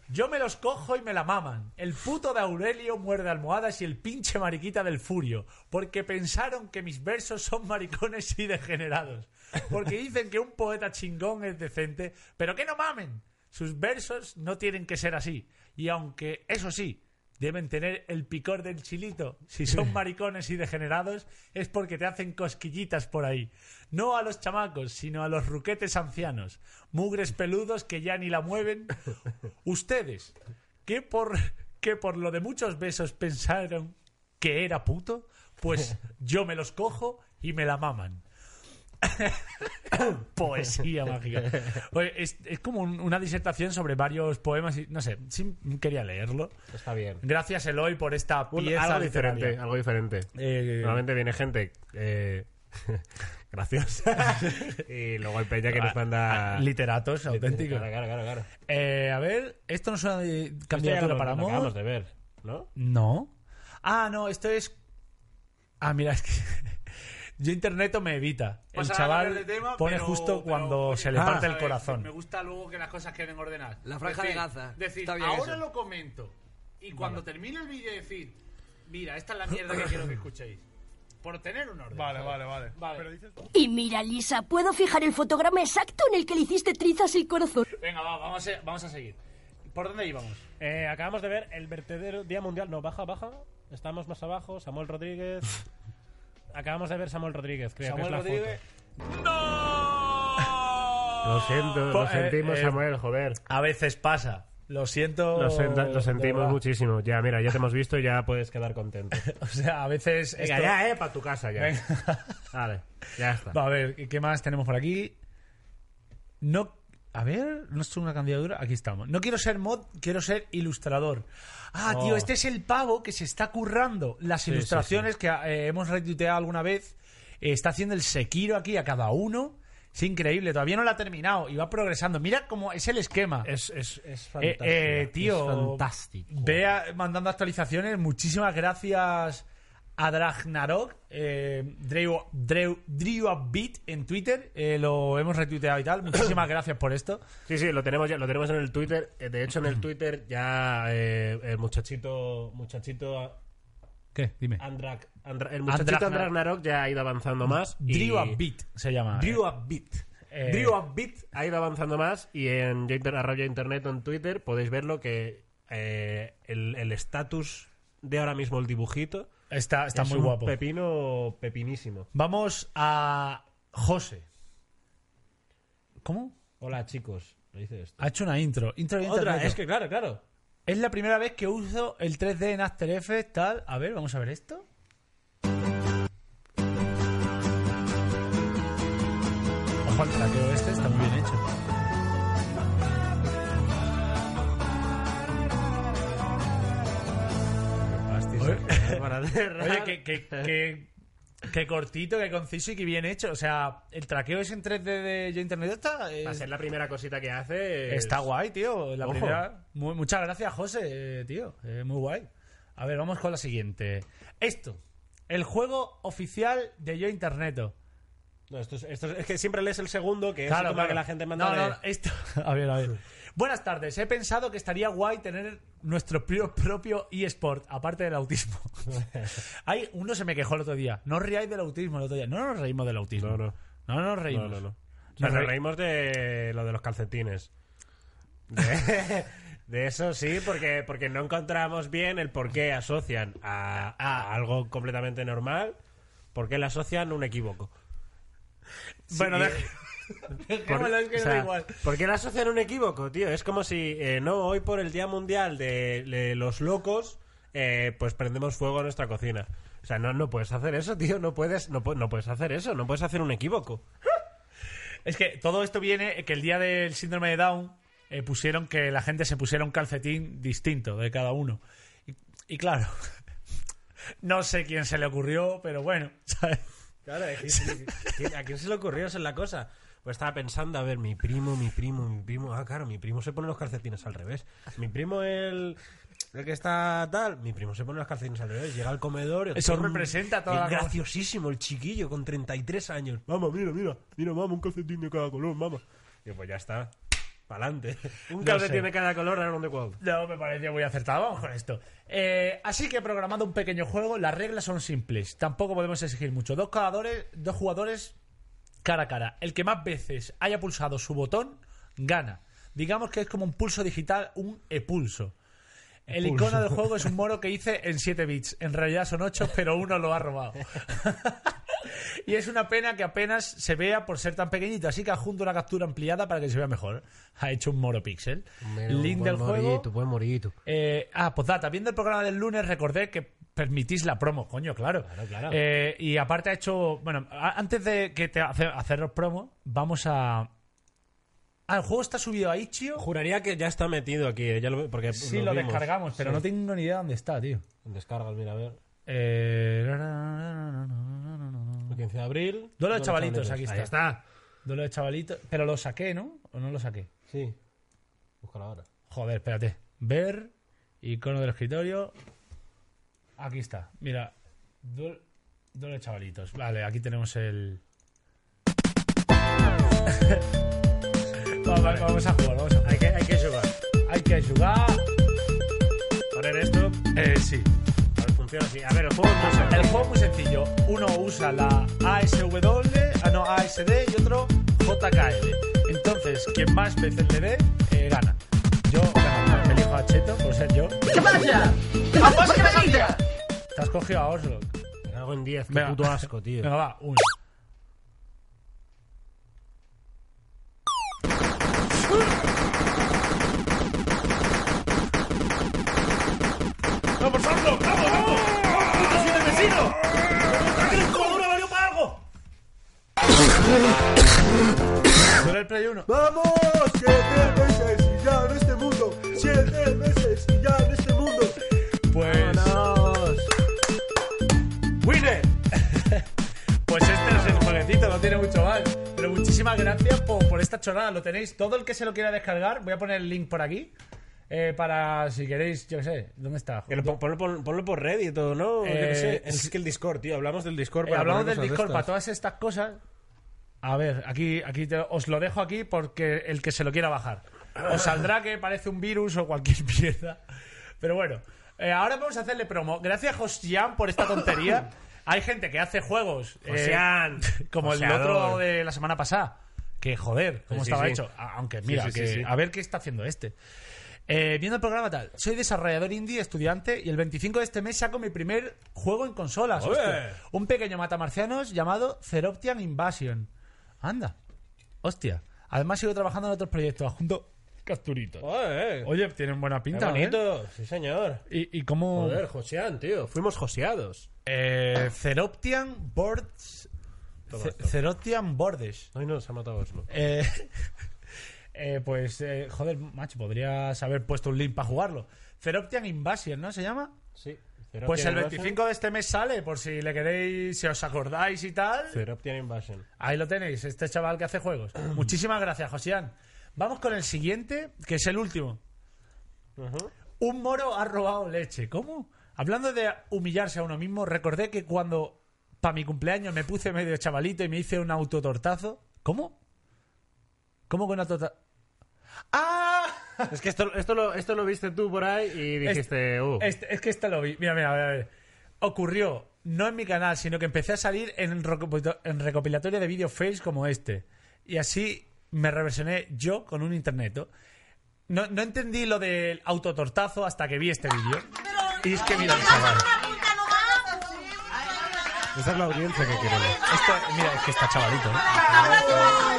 Yo me los cojo y me la maman. El puto de Aurelio muerde almohadas y el pinche mariquita del furio. Porque pensaron que mis versos son maricones y degenerados. Porque dicen que un poeta chingón es decente. Pero que no mamen. Sus versos no tienen que ser así. Y aunque, eso sí, deben tener el picor del chilito. Si son maricones y degenerados, es porque te hacen cosquillitas por ahí. No a los chamacos, sino a los ruquetes ancianos, mugres peludos que ya ni la mueven. Ustedes, que por, que por lo de muchos besos pensaron que era puto, pues yo me los cojo y me la maman. Poesía mágica. Oye, es, es como un- una disertación sobre varios poemas y no sé, sí, quería leerlo.
Está bien.
Gracias, Eloy, por esta
Un-
pieza
algo diferente,
literaria.
algo diferente.
Eh,
Normalmente viene gente eh, graciosa y luego hay peña que nos manda...
Literatos auténticos.
Claro, claro, claro, claro. Esto
Eh, a ver, esto no suena de candidatura
ya lo-
para
lo
amor.
acabamos de ver, ¿no?
No. Ah, no, esto es. Ah, mira, es que. Yo internet me evita. El
Vamos a
chaval
cambiar de tema,
pone
pero-
justo
pero,
cuando
oye,
se le
vamos
parte
a
el
ver,
corazón.
Me gusta luego que las cosas queden ordenadas.
La franja de
Decir-
Gaza.
Decir,
Está bien
ahora
eso.
lo comento. Y cuando termine el vídeo decir, mira, esta es la mierda que quiero que escuchéis. Por tener un orden.
Vale,
¿sabes?
vale, vale.
Vale.
Pero dices-
Y mira, Lisa, puedo fijar el fotograma exacto en el que le hiciste trizas el corazón.
Venga, va, vamos, a, vamos a seguir. ¿Por dónde íbamos?
Eh, acabamos de ver el vertedero Día Mundial. No, baja, baja. Estamos más abajo. Samuel Rodríguez. Acabamos de ver Samuel Rodríguez, creo que es la
Lo siento,
Po-
lo sentimos,
eh, eh,
Samuel, joder.
A veces pasa. Lo siento.
Lo, senta- lo
de
sentimos
verdad.
muchísimo. Ya, mira, ya te hemos visto y ya puedes quedar contento.
O sea, a veces.
Venga,
esto-
ya, eh, para tu casa ya.
Venga.
Vale, ya está.
Va, a ver, ¿qué más tenemos por aquí? No. A ver, no es una candidatura. Aquí estamos. No quiero ser mod, quiero ser ilustrador. Ah,
Oh.
tío, este es el pavo que se está currando las ilustraciones que eh, hemos retuiteado alguna vez. Eh, está haciendo el sequiro aquí a cada uno. Es increíble, todavía no lo ha terminado y va progresando. Mira cómo es el esquema.
Es, es, es
Eh,
fantástico.
eh, tío,
Es fantástico.
Vea mandando actualizaciones. Muchísimas gracias a Dragnarok, eh, Drew, Drew, Drew Upbeat en Twitter. eh, lo hemos retuiteado y tal. Muchísimas gracias por esto.
Sí, sí, lo tenemos ya, lo tenemos en el Twitter. Eh, De hecho, en el Twitter ya eh, el muchachito, muchachito
¿Qué? Dime.
Andrak, Andra- el muchachito
Andrak-
Andrak Narok ya ha ido avanzando más. y-
Drew Upbeat se llama.
Drew Upbeat.
Eh,
Drew Upbeat ha ido avanzando más y en yo inter- arroba yo internet o en Twitter podéis verlo que eh, el el estatus de ahora mismo el dibujito
Está, está
es
muy
un
guapo.
Pepino pepinísimo.
Vamos a José. ¿Cómo?
Hola chicos, lo dice esto.
Ha hecho una intro. Intro de
Otra,
internet.
es que claro, claro.
Es la primera vez que uso el 3D en After Effects, tal. A ver, vamos a ver esto. Ojo al traqueo este, está muy bien hecho. Oye, Oye, que, que- que- que cortito, que conciso y que bien hecho. O sea, el traqueo es en 3D de Yo Internet está...
Va a
es-
ser la primera cosita que hace. eh, es-
Está guay, tío. La
Ojo.
primera- Mu- muchas gracias, José, eh, tío. Eh, muy guay. A ver, vamos con la siguiente. Esto. El juego oficial de Yo Interneto.
No, esto es, esto es- es que siempre lees el segundo, que es como
claro.
que la gente manda.
No, no,
de-
no, esto. A ver, a ver. Buenas tardes. He pensado que estaría guay tener nuestro pri- propio eSport, aparte del autismo. Hay, uno se me quejó el otro día. No os riáis del autismo el otro día. No nos reímos del autismo.
No, no.
No nos reímos.
No, no, no.
Nos
Nos
re-
reímos de lo de los calcetines. De, de eso sí, porque, porque no encontramos bien el por qué asocian a, a algo completamente normal, por qué le asocian un equívoco.
Bueno,
Sí, eh,
de- dejémoslo, es que
o
no
sea,
da igual.
¿Por qué le asocian un equívoco, tío? Es como si, eh, no, hoy por el Día Mundial de, de los Locos, eh, pues prendemos fuego a nuestra cocina. O sea, no, no puedes hacer eso, tío. No puedes, no, pu- no puedes hacer eso. No puedes hacer un equívoco.
Es que todo esto viene eh, que el día del síndrome de Down eh, pusieron que la gente se pusiera un calcetín distinto de cada uno. Y, y claro, no sé quién se le ocurrió, pero bueno, ¿sabes?
Claro, ¿a quién- ¿a quién se le ocurrió esa es la cosa? Pues estaba pensando, a ver, mi primo, mi primo, mi primo. Ah, claro, mi primo se pone los calcetines al revés. Mi primo, el. el que está tal. Mi primo se pone las calcetines al revés, llega al comedor. y-
Eso representa toda la-
Es graciosísimo el chiquillo con 33 años. Mamá, mira, mira, mira, mamá, un calcetín de cada color, mamá. Y pues ya está. Pa'lante. Un
No
calcetín
sé.
de cada color, Aaron de Cuau.
No, me parece muy acertado. Vamos con esto. Eh, así que he programado un pequeño juego. Las reglas son simples. Tampoco podemos exigir mucho. Dos jugadores, dos jugadores cara a cara. El que más veces haya pulsado su botón gana. Digamos que es como un pulso digital, un e-pulso. El icono del juego es un moro que hice en 7 bits. En realidad son 8, pero uno lo ha robado. y es una pena que apenas se vea por ser tan pequeñito. Así que adjunto una captura ampliada para que se vea mejor. Ha hecho un moro pixel. Link del juego.
buen morito.
Eh, ah, pues data, viendo el programa del lunes recordé que permitís la promo, coño, claro.
claro.
Eh, y aparte ha hecho, bueno, a- antes de que te hace, haceros promo, vamos a... Ah, el juego está subido a Itch.io.
Juraría que ya está metido aquí, eh, ya lo- porque
Sí, lo,
vimos.
descargamos, pero
Sí.
no tengo ni idea dónde está, tío.
Descargas, mira, a ver.
Eh...
El 15 de abril.
Duelo de
Duelo
chavalitos, aquí está.
Ahí está.
Duelo de chavalitos, pero lo saqué, ¿no? ¿O no lo saqué?
Sí. Búscalo ahora.
Joder, espérate. Ver, icono del escritorio. Aquí está. Mira, duelo de chavalitos. Vale, aquí tenemos el. Va, va, vamos a jugar, vamos a jugar.
Hay que, hay que jugar.
Hay que jugar.
Poner esto.
Eh, sí.
A ver, funciona así. A ver, el juego no sé.
El juego es muy sencillo. Uno usa la ASW, ah, no, ASD y otro JKL. Entonces, quien más veces le dé, eh, gana. Yo gano. Me elijo a Cheto por ser yo. ¡Ah, pues,
¿Qué pasa? ¿Qué pasa? ¿Qué pasa?
Te has cogido a Oslo.
Me hago en 10. Qué
Venga.
puto asco, tío.
Venga, va, uno. ¡Vamos, Oslo! ¡Vamos, vamos! ¡Puto soy el vecino! ¡Aquel jugador valió para algo! Solo el Play 1.
¡Vamos! ¡Siete meses y ya en este mundo! ¡Siete meses y ya en este mundo!
Pues...
¡Vámonos!
¡Winner! pues este es el jueguecito, no tiene mucho más. Pero muchísimas gracias por, por esta chorrada. Lo tenéis todo el que se lo quiera descargar. Voy a poner el link por aquí. eh, para si queréis, yo qué sé, ¿dónde está?
Que lo pon- ponlo, por- ponlo por Reddit o no. Yo qué
Eh,
sé. Es que el Discord, tío. Hablamos del Discord.
Eh,
para
hablamos
poner
del Discord para
cosas de
todas estas cosas. A ver, aquí, aquí te- os lo dejo aquí porque el que se lo quiera bajar. Os saldrá que parece un virus o cualquier mierda. Pero bueno, eh, ahora vamos a hacerle promo. Gracias, Josian, por esta tontería. Hay gente que hace juegos. eh,
Josian,
como el
joseador.
otro de la semana pasada. Que joder, cómo
Sí, sí,
estaba
sí.
hecho. A- Aunque mira,
sí, sí,
que-
sí.
a ver qué está haciendo este. Eh, viendo el programa tal, soy desarrollador indie, estudiante, y el 25 de este mes saco mi primer juego en consolas.
¡Ole!
hostia. Un pequeño matamarcianos llamado Ceroptian Invasion. Anda. Hostia. Además sigo trabajando en otros proyectos, junto capturitos.
estas. Joder, eh.
Oye, tienen buena
Qué
pinta, ¿eh?
bonito. Sí, señor.
Y, y cómo...
Joder, Josean, tío. Fuimos joseados.
Eh, Ceroptian Boards... Ce- Ceroptian Bordes.
Ay, no, se ha matado Oslo.
Eh, eh, pues, eh, joder, macho, podrías haber puesto un link para jugarlo. Ceroptian Invasion, ¿no se llama?
Sí. Zero
Pues el
Optian
25 de este mes sale, por si le queréis, si os acordáis y tal.
Invasion. Zero Optian Invasion.
Ahí lo tenéis, este chaval que hace juegos. Muchísimas gracias, Josian. Vamos con el siguiente, que es el último.
Ujú.
Un moro ha robado leche. ¿Cómo? Hablando de humillarse a uno mismo, recordé que cuando para mi cumpleaños me puse medio chavalito y me hice un autotortazo. ¿Cómo? ¿Cómo con autotortazo? ¡Ah!
Es que esto, esto, lo, esto lo viste tú por ahí y dijiste,
Este-
uh,
este- es que esta lo vi. Mira, mira, a ver, a ver. Ocurrió, no en mi canal, sino que empecé a salir en, recopilatoria recopilatorio de video fails como este. Y así me reversioné yo con un interneto. No, no entendí lo del autotortazo hasta que vi este vídeo. Y es que mira, chaval.
esa es la audiencia que queremos.
Esto, mira, es que está chavalito. ¿eh?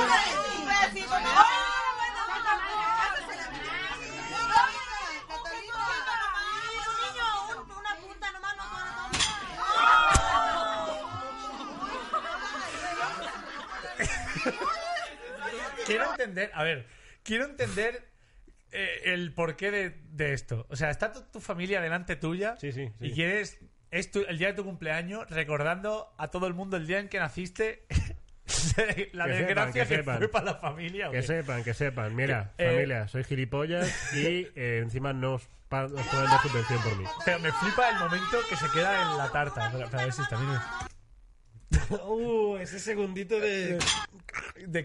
quiero entender, a ver, quiero entender eh, el porqué de, de esto. O sea, está tu, tu familia delante tuya
Sí, sí, sí.
y quieres es tu- el día de tu cumpleaños recordando a todo el mundo el día en que naciste se- la
Que sepan,
desgracia
que
que,
sepan.
fue para la familia.
Que
güey.
sepan, que sepan. Mira,
Eh,
familia, soy gilipollas y eh, encima no os, pa- os pueden dar subvención por mí.
Pero me flipa el momento que se queda en la tarta. Pero, pero a ver si está bien.
Uh, ese segundito de.
De-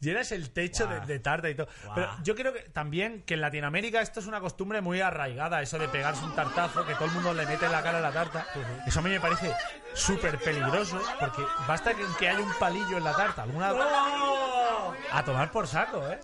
Llenas el techo de, de tarta y todo. Pero yo creo que también que en Latinoamérica esto es una costumbre muy arraigada, eso de pegarse un tartazo, que todo el mundo le mete en la cara la tarta. Eso a mí me parece súper peligroso, porque basta que, que haya un palillo en la tarta, alguna.
¡Oh!
A tomar por saco, ¿eh?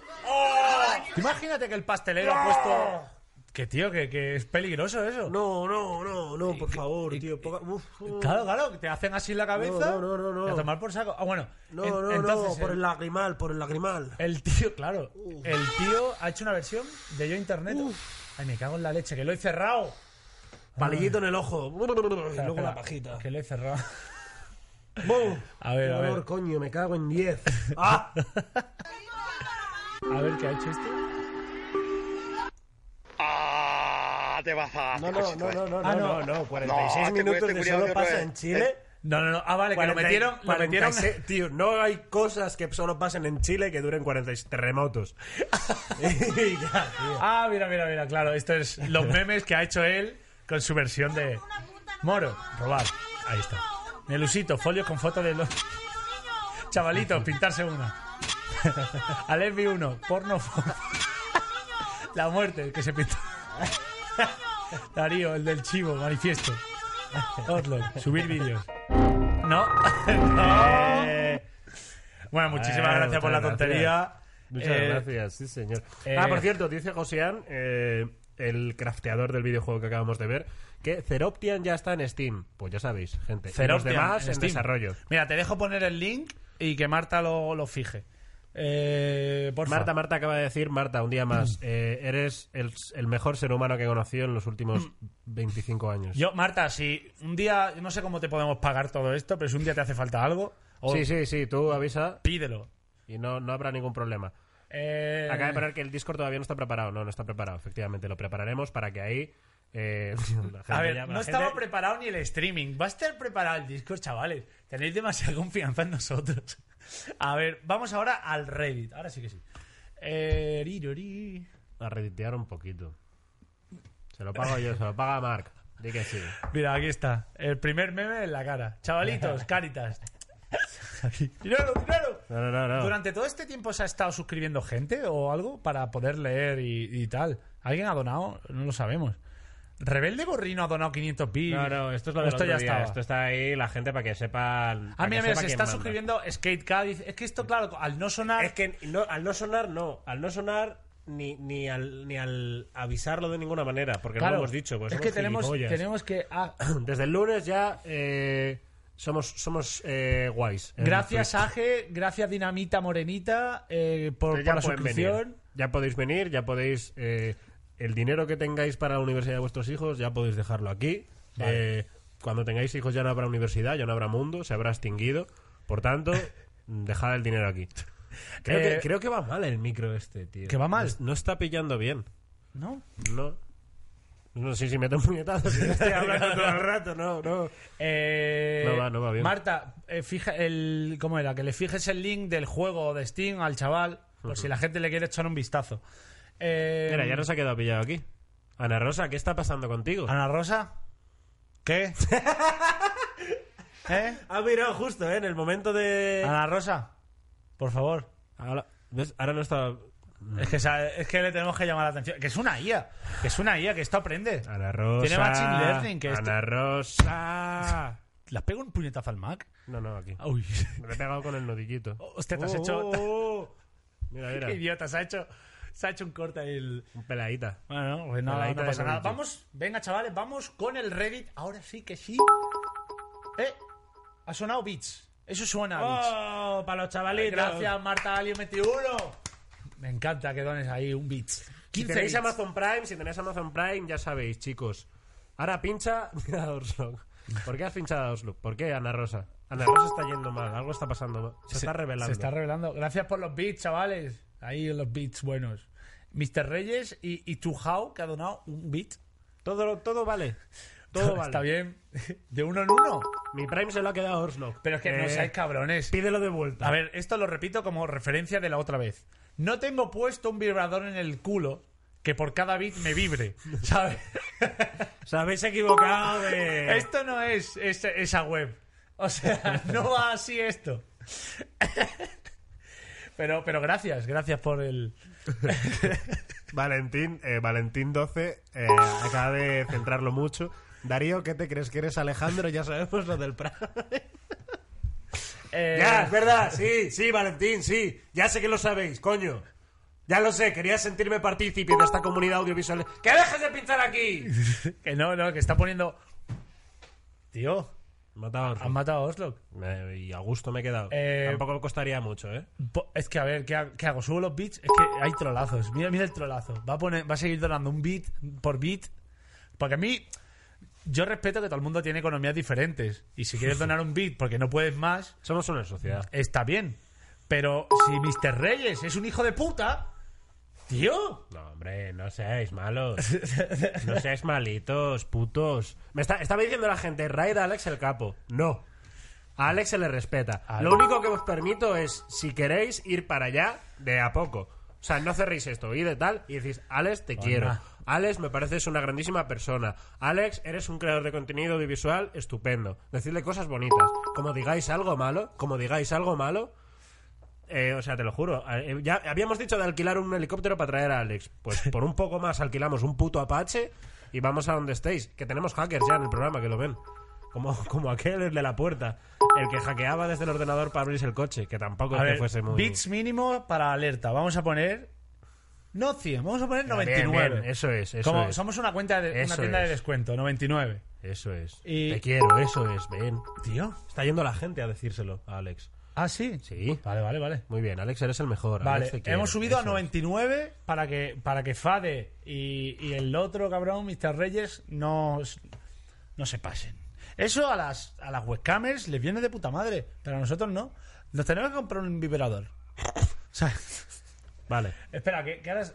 Tú Imagínate que el pastelero ha puesto. Que tío, que, que es peligroso eso.
No, no, no, no, por favor,
y-
tío. poca- uf, uf.
Claro, claro, que te hacen así en la cabeza.
No, no, no, no, no.
y A tomar por saco. Ah, bueno.
No,
en-
no, no,
entonces,
por
el-
el lagrimal, por el lagrimal.
El tío, claro. El tío ha hecho una versión de Yo Internet. Ay, me cago en la leche, que lo he cerrado.
Palillito en el ojo. Y
Espera,
luego
espera,
la pajita.
Que lo he cerrado.
¡Bum!
A ver,
Qué
a ver.
dolor, coño, me cago en 10. ¡Ah!
A ver qué ha hecho este.
Ah,
No, no, no, no, no,
Ah, no.
Pues, no, no, 46 minutos de solo pasa en Chile.
No, no, no. Ah, vale, que lo
40 y-
metieron. Lo metieron.
46 Tío, no hay cosas que solo pasen en Chile que duren 46 terremotos. Y ya, tío.
Ah, mira, mira, mira. Claro, esto es los memes que ha hecho él con su versión de. Moro, robar. Ahí está. Nelusito, folios con fotos de los. Chavalitos, pintarse una. Alevi 1, porno. fo- La muerte, el que se pinta. Darío, el del chivo, manifiesto. Outlook, subir vídeos. No. No. Bueno, muchísimas
Eh,
gracias por la
muchas
tontería.
Muchas
Eh,
gracias, sí, señor.
eh,
ah, por cierto, dice Gosean, eh, el crafteador del videojuego que acabamos de ver, que Ceroptian ya está en Steam. Pues ya sabéis, gente. Y los
Ceroptian,
demás en,
Steam.
desarrollo.
Mira, te dejo poner el link y que Marta lo, lo fije. Eh, porfa.
Marta, Marta acaba de decir, Marta, un día más, eh, eres el, el mejor ser humano que he conocido en los últimos 25 años.
Yo, Marta, si un día, no sé cómo te podemos pagar todo esto, pero si un día te hace falta algo, o
Sí, sí, sí, tú avisa
pídelo.
y no, no habrá ningún problema.
Eh,
Acaba de poner que el Discord todavía no está preparado. No, no está preparado, efectivamente. Lo prepararemos para que ahí... eh, la gente
A ver,
ya- la
no estaba
gente-
preparado ni el streaming. Va a estar preparado el Discord, chavales. Tenéis demasiada confianza en nosotros. A ver, vamos ahora al Reddit. Ahora sí que sí. Eh, ri, ri, ri.
a reditear un poquito. Se lo pago yo, se lo paga Mark. Di que sí.
Mira, aquí está. El primer meme en la cara. Chavalitos, caritas. ¡Dinero, dinero!
No, no, no, no.
¿Durante todo este tiempo se ha estado suscribiendo gente o algo para poder leer y, y tal? ¿Alguien ha donado? No lo sabemos. Rebelde Borrino ha donado 500 bits.
No, no, esto es lo
O
del
esto
otro
ya
día.
estaba.
Esto está ahí, la gente para que sepa.
Ah,
para
mira, mira,
que sepa
se
quién
está
manda.
suscribiendo Skate Cádiz. Es que esto, claro, al no sonar.
Es que no- al no sonar, no. Al no sonar, ni, ni, al, ni al avisarlo de ninguna manera. Porque
claro,
lo hemos dicho, pues
es
somos
que tenemos,
gilipollas.
tenemos que. ah,
Desde el lunes ya eh, somos, somos eh, guays. en
gracias,
Twitter.
Aje. Gracias, Dinamita Morenita, eh, por,
Ya
por la
pueden
suscripción.
venir. Ya podéis venir, ya podéis. eh, el dinero que tengáis para la universidad de vuestros hijos, ya podéis dejarlo aquí. Eh, cuando tengáis hijos, ya no habrá universidad, ya no habrá mundo, se habrá extinguido. Por tanto, dejad el dinero aquí. Creo,
Eh,
que, creo que va mal el micro este, tío.
¿Que va mal?
No, es- no está pillando bien.
¿No?
No. No sé si meto un puñetazo, si estoy hablando todo el rato, no, no.
Eh,
No va, no va bien.
Marta, eh, fija el, ¿cómo era? Que le fijes el link del juego de Steam al chaval, por si la gente le quiere echar un vistazo. Eh,
Mira, ya nos ha quedado pillado aquí. Ana Rosa, ¿qué está pasando contigo?
Ana Rosa, ¿qué? ¿Eh?
Ha mirado justo, ¿eh? En el momento de...
Ana Rosa, por favor.
Ahora, ¿ves? Ahora no está...
Es que, sa- es que le tenemos que llamar la atención. Que es una IA, que es una IA, que esto aprende.
Ana Rosa.
Tiene machine learning, que este- esto-
Ana Rosa.
¿Las pego un puñetazo al Mac?
No, no, aquí.
Uy,
Me he pegado con el nodillito.
Oh, hostia, te has
Oh,
hecho...
Mira, mira.
Qué idiota, se ha hecho, se ha hecho un corte ahí el...
Un peladita.
Bueno, pues nada,
Peladita
no
de
pasa nada.
Norwich.
Vamos, venga chavales, vamos con el Reddit. Ahora sí que sí. Eh, ha sonado Beats. Eso suena a
Ah.
Beats.
¡Oh! Para los chavalitos.
Gracias, Marta Alien 21. Me encanta que dones ahí un Beats.
Si
15
tenéis
beats.
Amazon Prime, si tenéis Amazon Prime, ya sabéis, chicos. Ahora pincha mira a Oslo. ¿Por qué has pinchado a Oslo? ¿Por qué, Ana Rosa? Ana Rosa está yendo mal, algo está pasando. mal. Se, está revelando.
Se está revelando. Gracias por los Beats, chavales. Ahí los Beats buenos. Mr. Reyes y, y Tujao, que ha donado un Beat.
todo, todo vale. Todo vale.
Está bien. De uno en uno.
Mi Prime se lo ha quedado a Orslock.
Pero es que no
Eh,
seáis cabrones.
Pídelo de vuelta.
A ver, esto lo repito como referencia de la otra vez. No tengo puesto un vibrador en el culo que por cada bit me vibre, ¿sabes?
Os habéis equivocado de.
Esto no es, es- esa web. O sea, no va así esto. Pero, pero gracias, gracias por el...
Valentín, eh, Valentín 12 eh, acaba de centrarlo mucho. Darío, ¿qué te crees que eres Alejandro? Ya sabemos lo del Prime.
eh,
Ya, es verdad, sí, sí, Valentín, sí. Ya sé que lo sabéis, coño. Ya lo sé, quería sentirme partícipe de esta comunidad audiovisual. ¡Que dejes de pinchar aquí!
Que no, no, que está poniendo... Tío,
Mataban.
han matado a Oslo.
y a gusto me he quedado.
Eh,
Tampoco me costaría mucho, ¿eh?
Po- Es que a ver, ¿qué ha- qué hago? ¿Subo los beats? Es que hay trolazos. Mira, mira el trolazo. Va a, poner, va a seguir donando un beat por beat. Porque a mí, yo respeto que todo el mundo tiene economías diferentes. Y si quieres donar un beat porque no puedes más,
Somos una sociedad.
está bien. Pero si Mr. Reyes es un hijo de puta, tío.
No, hombre, no seáis malos. No seáis malitos, putos. Me está, estaba diciendo la gente, raid a Alex el capo. No. A Alex se le respeta.
Al-
Lo único que os permito es, si queréis, ir para allá de a poco. O sea, no cerréis esto, y de tal y decís, Alex, te quiero. Alex, me pareces una grandísima persona. Alex, eres un creador de contenido audiovisual estupendo. Decidle cosas bonitas. Como digáis algo malo, como digáis algo malo, eh, o sea, te lo juro. eh, Ya habíamos dicho de alquilar un helicóptero para traer a Alex. Pues por un poco más alquilamos un puto Apache y vamos a donde estéis. Que tenemos hackers ya en el programa, que lo ven. Como, como aquel el de la puerta. El que hackeaba desde el ordenador para abrirse el coche. Que tampoco es
A
que
ver,
fuese muy...
beats mínimo para alerta. Vamos a poner... No 100, vamos a poner
Bien,
99.
bien, eso es, eso
Como
es.
somos una cuenta de, una
Eso
tienda de
es.
descuento, 99.
Eso es.
Y-
Te quiero, eso es. Ven.
Tío.
Está yendo la gente a decírselo a Alex.
Ah, sí.
Sí.
Vale, vale, vale.
Muy bien, Alex, eres el mejor. Alex, te
Vale,
quiero,
hemos subido a
eso es.
99 para que, para que Fade y, y el otro cabrón, Mr. Reyes, no, s- no se pasen. Eso a las, a las webcamers les viene de puta madre, pero a nosotros no. Nos tenemos que comprar un vibrador. O sea,
Vale.
espera, que, que ahora es...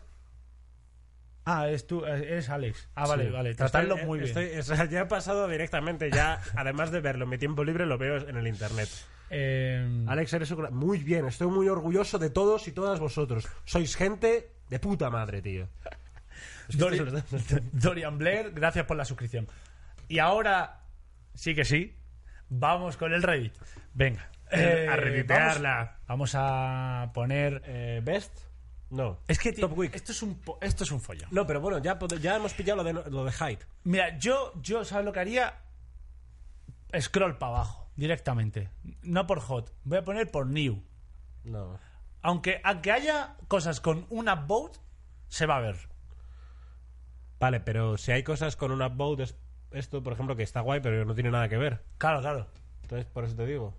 Ah, eres tú, eh, eres Alex. Ah, vale,
Sí.
vale. Tratadlo
Estoy- eh,
muy bien.
estoy- o sea, ya he pasado directamente, ya, además de verlo en mi tiempo libre, lo veo en el internet.
Eh,
Alex, eres un gran- Muy bien, estoy muy orgulloso de todos y todas vosotros. Sois gente de puta madre, tío. Es que
Dori-
esto es verdad.
Dorian Blair, gracias por la suscripción. Y ahora, sí que sí, vamos con el Reddit. Venga.
Eh, a
reeditearla
reeditearla.
Vamos, a poner... eh,
Best.
No.
es que tío,
Top Week.
esto es un po- esto es un follón.
No, pero bueno, ya, pod- ya hemos pillado lo de, lo de Hyde.
Mira, yo, yo ¿sabes lo que haría? Scroll para abajo, directamente. No por hot, voy a poner por new.
No.
Aunque, aunque haya cosas con una boat, se va a ver.
Vale, pero si hay cosas con un upvote, es esto, por ejemplo, que está guay, pero no tiene nada que ver.
Claro, claro.
Entonces, por eso te digo.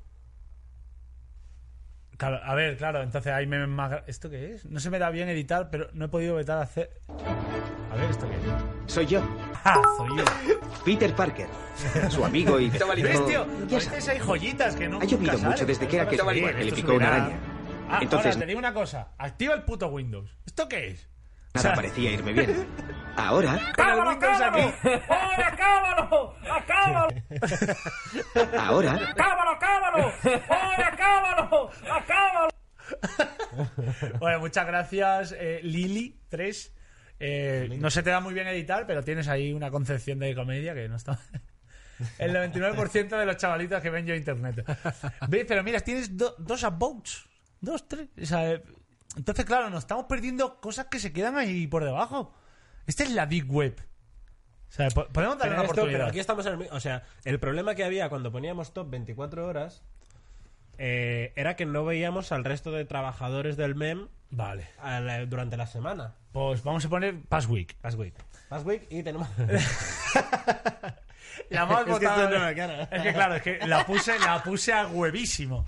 Claro, a ver, claro, entonces hay memes más... gra- ¿Esto qué es? No se me da bien editar, pero no he podido evitar hacer... A ver, ¿esto qué es?
Soy yo,
¡Ah, soy yo!
Peter Parker, su amigo y...
¿Ves, tío?
Ya
A veces hay joyitas que no
Ha llovido mucho desde que era que le
esto
picó una
subirá.
araña.
Ah,
Entonces
ahora, te digo una cosa. Activa el puto Windows. ¿Esto qué es? O sea,
nada parecía irme bien. Ahora,
Con el Windows aquí...
ahora,
Bueno, muchas gracias, eh, Lili3. Eh, no se te da muy bien editar, pero tienes ahí una concepción de comedia que no está... El 99% de los chavalitos que ven yo internet. ¿Veis? Pero mira, tienes do- dos upvotes. Dos, tres. O sea, eh, entonces, claro, nos estamos perdiendo cosas que se quedan ahí por debajo. Esta es la big web. O sea, po- podemos darle una
Pero, esto-
oportunidad.
pero aquí estamos en el mi- O sea, el problema que había cuando poníamos top 24 horas eh, era que no veíamos al resto de trabajadores del MEM
Vale.
a la- durante la semana.
Pues vamos a poner Pass Week.
Past week. Past week y tenemos.
La más
Es que
votada.
esto no
de-
me cara.
Es que claro, es que la puse, la puse a huevísimo.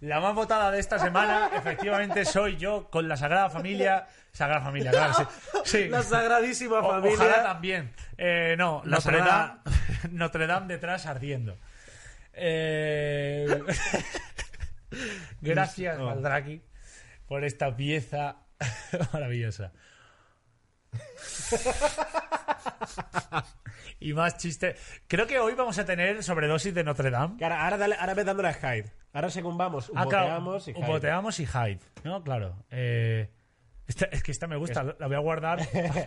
La más votada de esta semana, efectivamente, soy yo con la Sagrada Familia. Sagrada Familia, claro, sí. Sí.
la sagradísima
O-
familia.
Ojalá también. Eh, no,
La
Notre,
Sagrada-
Dame, Notre Dame detrás ardiendo. Eh, Gracias, Valdraki, por esta pieza maravillosa. y más chiste. Creo que hoy vamos a tener sobredosis de Notre Dame.
Que ahora, ahora, dale- ahora ves dándole a Hyde. Ahora secundamos,
Ah, claro,
boteamos y Hyde.
boteamos y Hyde. No, claro. Eh, esta- es que esta me gusta, la voy a guardar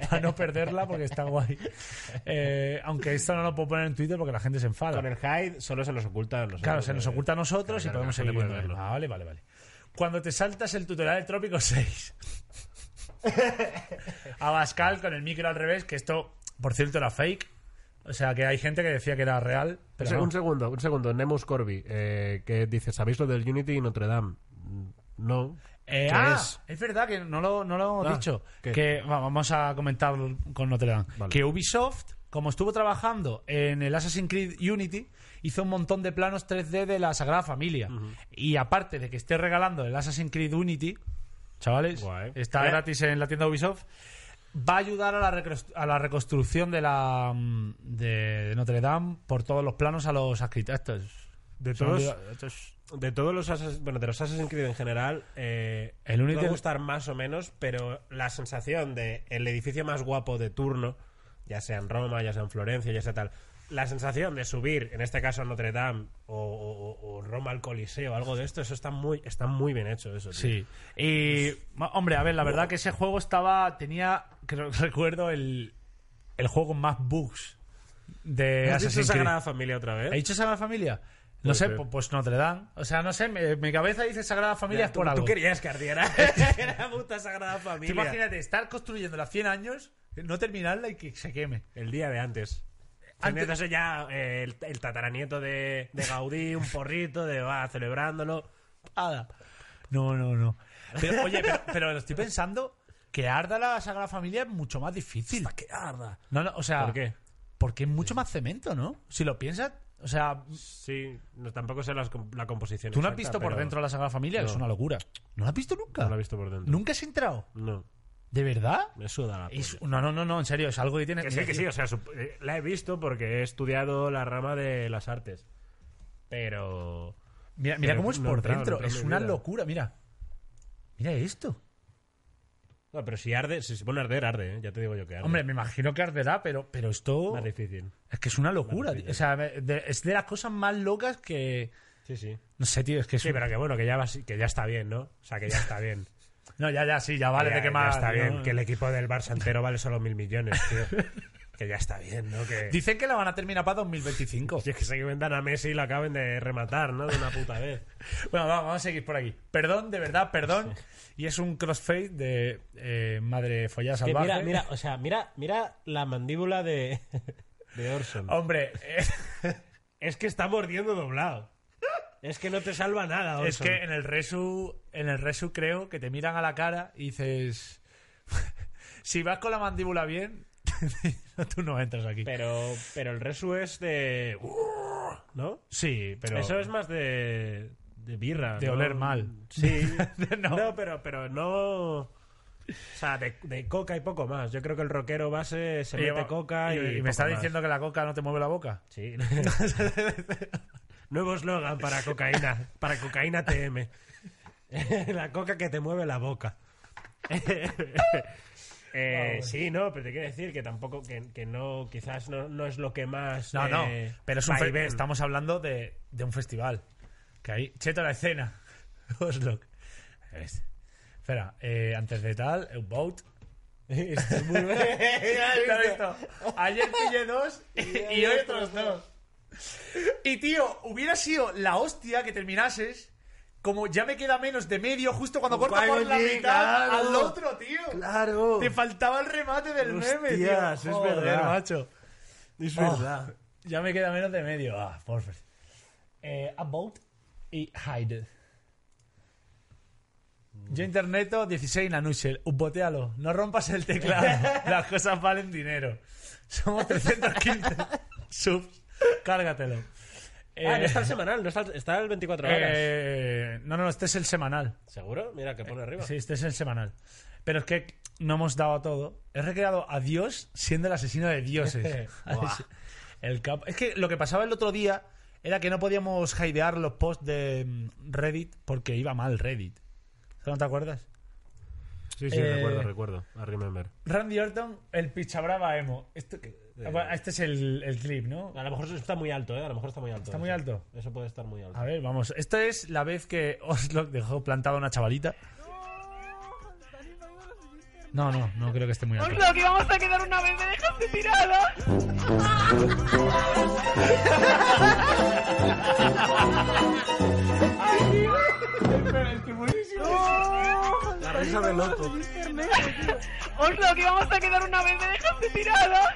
para no perderla porque está guay. Eh, aunque esto no lo puedo poner en Twitter porque la gente se enfada.
Con el Hyde solo se nos oculta. a nosotros.
Claro, se nos oculta a nosotros y
claro,
podemos
claro,
seguir
la gente
viendo.
puede verlo.
Ah, Vale, vale, vale. Cuando te saltas el tutorial del Trópico 6. Abascal con el micro al revés, que esto, por cierto, era fake. O sea, que hay gente que decía que era real, pero
Un se-
no.
Un segundo, un segundo. Nemus Corby, eh, que dice, ¿sabéis lo del Unity y Notre Dame? Mm, No.
Eh,
¿Qué
ah, es?
es?
verdad que no lo, no lo he
Ah,
dicho.
¿qué?
Que va- vamos a comentar con Notre Dame.
Vale.
Que Ubisoft, como estuvo trabajando en el Assassin's Creed Unity, hizo un montón de planos 3D de la Sagrada Familia. Y aparte de que esté regalando el Assassin's Creed Unity, chavales,
Guay.
está
Eh.
gratis en la tienda Ubisoft. Va a ayudar a la, recrust- a la reconstrucción de la mm, de Notre Dame por todos los planos a los arquitectos.
De
Se me
todos-
olvida- estos-
De todos los Assassin's, bueno, de los Assassin's Creed en general, eh,
El único-
puede gustar más o menos, pero la sensación de el edificio más guapo de turno, ya sea en Roma, ya sea en Florencia, ya sea tal, la sensación de subir, en este caso a Notre Dame o, o- o Roma al Coliseo, algo de esto, eso está muy, está muy bien hecho, eso. tío.
Sí. Y, ma- hombre, a ver, la verdad que ese juego estaba. Tenía, creo que recuerdo, el, el juego con más bugs de
¿Has dicho
Assassin's Creed.
Eh, Sagrada Familia otra vez?
¿He dicho Sagrada Familia? No
Puede
sé,
ser.
pu- pues Notre Dame. O sea, no sé, me- mi cabeza dice Sagrada Familia
Ya,
es
tú,
por
tú
algo.
querías que ardiera. Era puta Sagrada
Tú
Familia.
imagínate, estar construyendo las 100 años, no terminarla y que se queme.
El día de antes.
Antes-
Antes eso ya eh, el, el tataranieto de, de Gaudí, un porrito, de va celebrándolo.
Ada. No, no, no. Pero, oye, pero, pero lo estoy pensando que arda la Sagrada Familia es mucho más difícil. que arda. No, no, o sea,
¿Por qué?
Porque es mucho más cemento, ¿no? Si lo piensas, o sea,
Sí, no, tampoco sé las com- la composición.
tú no has
exacta,
visto por
pero
dentro la Sagrada Familia, que es
No.
una locura. ¿No la has visto nunca?
No la he visto por dentro.
¿Nunca has entrado?
No,
¿De verdad?
me suda la
Es-
polla.
no, no, no, no, en serio, es algo que tienes
Que sí, que sí, o sea, sup- eh, la he visto porque he estudiado la rama de las artes. Pero.
Mira, mira
Pero
cómo es
no he
por
entrado, no he
dentro,
entrado
es
en mi
una
vida.
locura, mira. Mira esto.
No, pero si arde, si se pone a arder, arde, ¿eh? ya te digo yo que arde.
Hombre, me imagino que arderá, pero, pero esto...
más difícil.
Es que es una locura,
Vale, sí,
tío. O sea, me- de- es de las cosas más locas que.
Sí, sí.
No sé, tío, es que es.
Sí,
un-
pero que bueno, que ya, va, que ya está bien, ¿no? O sea, que ya está bien.
No, ya, ya, sí, ya vale,
Ya-
de qué
ya
más.
está
¿no?
bien, que el equipo del Barça entero vale solo mil millones, tío. que ya está bien, ¿no? Que,
Dicen que la van a terminar para 2025.
Si es que se vendan a Messi y lo acaben de rematar, ¿no? De una puta vez.
Bueno, vamos, vamos a seguir por aquí. Perdón, de verdad, perdón. Y es un crossfade de eh, madre follada
Que
salvaje.
mira, mira, o sea, mira, mira la mandíbula de, de Orson.
Hombre, eh,
Oh, Es que está mordiendo doblado.
Es que no te salva nada, Orson.
es que en el resu, en el resu creo que te miran a la cara y dices, si vas con la mandíbula bien, tú no entras aquí.
Pero, pero el Resu es de. ¿No?
Sí, pero
Eso es más de. de birra.
De
¿no?
oler mal.
Sí.
No.
no. pero, pero no. O sea, de, de coca y poco más. Yo creo que el rockero base se
Y
mete
va-
coca y.
y
poco
me está
más.
diciendo que la coca no te mueve la boca.
Sí. Nuevo eslogan para cocaína, para cocaína TM. la coca que te mueve la boca. Eh, sí, no, pero te quiero decir que tampoco, que, que no, quizás no, no es lo que más.
No, no,
eh,
pero es un fe-
vaivén.
estamos hablando de, de un festival. Que ahí, cheto la escena. Oslo. ¿Ves? Espera, eh, antes de tal, un boat.
Esto es muy bueno.
Eh,
¿Te has visto? Ayer pillé dos y hoy otros dos. Y tío, hubiera sido la hostia que terminases. Como ya me queda menos de medio, justo cuando corto por la
Guayollín,
mitad
claro.
al otro, tío.
Claro.
Te faltaba el remate del meme, tío.
Hostias, es
Joder,
verdad.
macho.
Es
Oh,
verdad.
ya me queda menos de medio. Ah, por favor. Eh, about y hide. Yo interneto 16 nanushel. Uh, Botealo. No rompas el teclado. Las cosas valen dinero. Somos 315 subs. Cárgatelo. Eh,
Ah, no está el semanal, no está, el- está el 24 horas.
eh, no, no, este es el semanal.
¿Seguro? Mira, que pone
Oh.
arriba.
Sí, este es el semanal. Pero es que no hemos dado a todo. He recreado a Dios siendo el asesino de dioses. Buah. el capo. Es que lo que pasaba el otro día era que no podíamos hidear los posts de mm, Reddit porque iba mal Reddit. ¿Eso ¿No te acuerdas?
Sí, sí,
Eh,
recuerdo, recuerdo. I remember.
Randy Orton, el pichabrava emo. Esto que-
Eh,
Bueno, Este es el, el clip, ¿no?
A lo mejor eso está muy alto, ¿eh? A lo mejor está muy alto.
¿Está
eso.
muy alto?
Eso puede estar muy alto.
A ver, vamos. Esta es la vez que Oslo dejó plantada a una chavalita. No, no, no creo que esté muy alto.
que vamos a quedar una vez, me dejaste tirada.
La risa de loco.
Oslo, que vamos a quedar una vez, me dejaste tirada.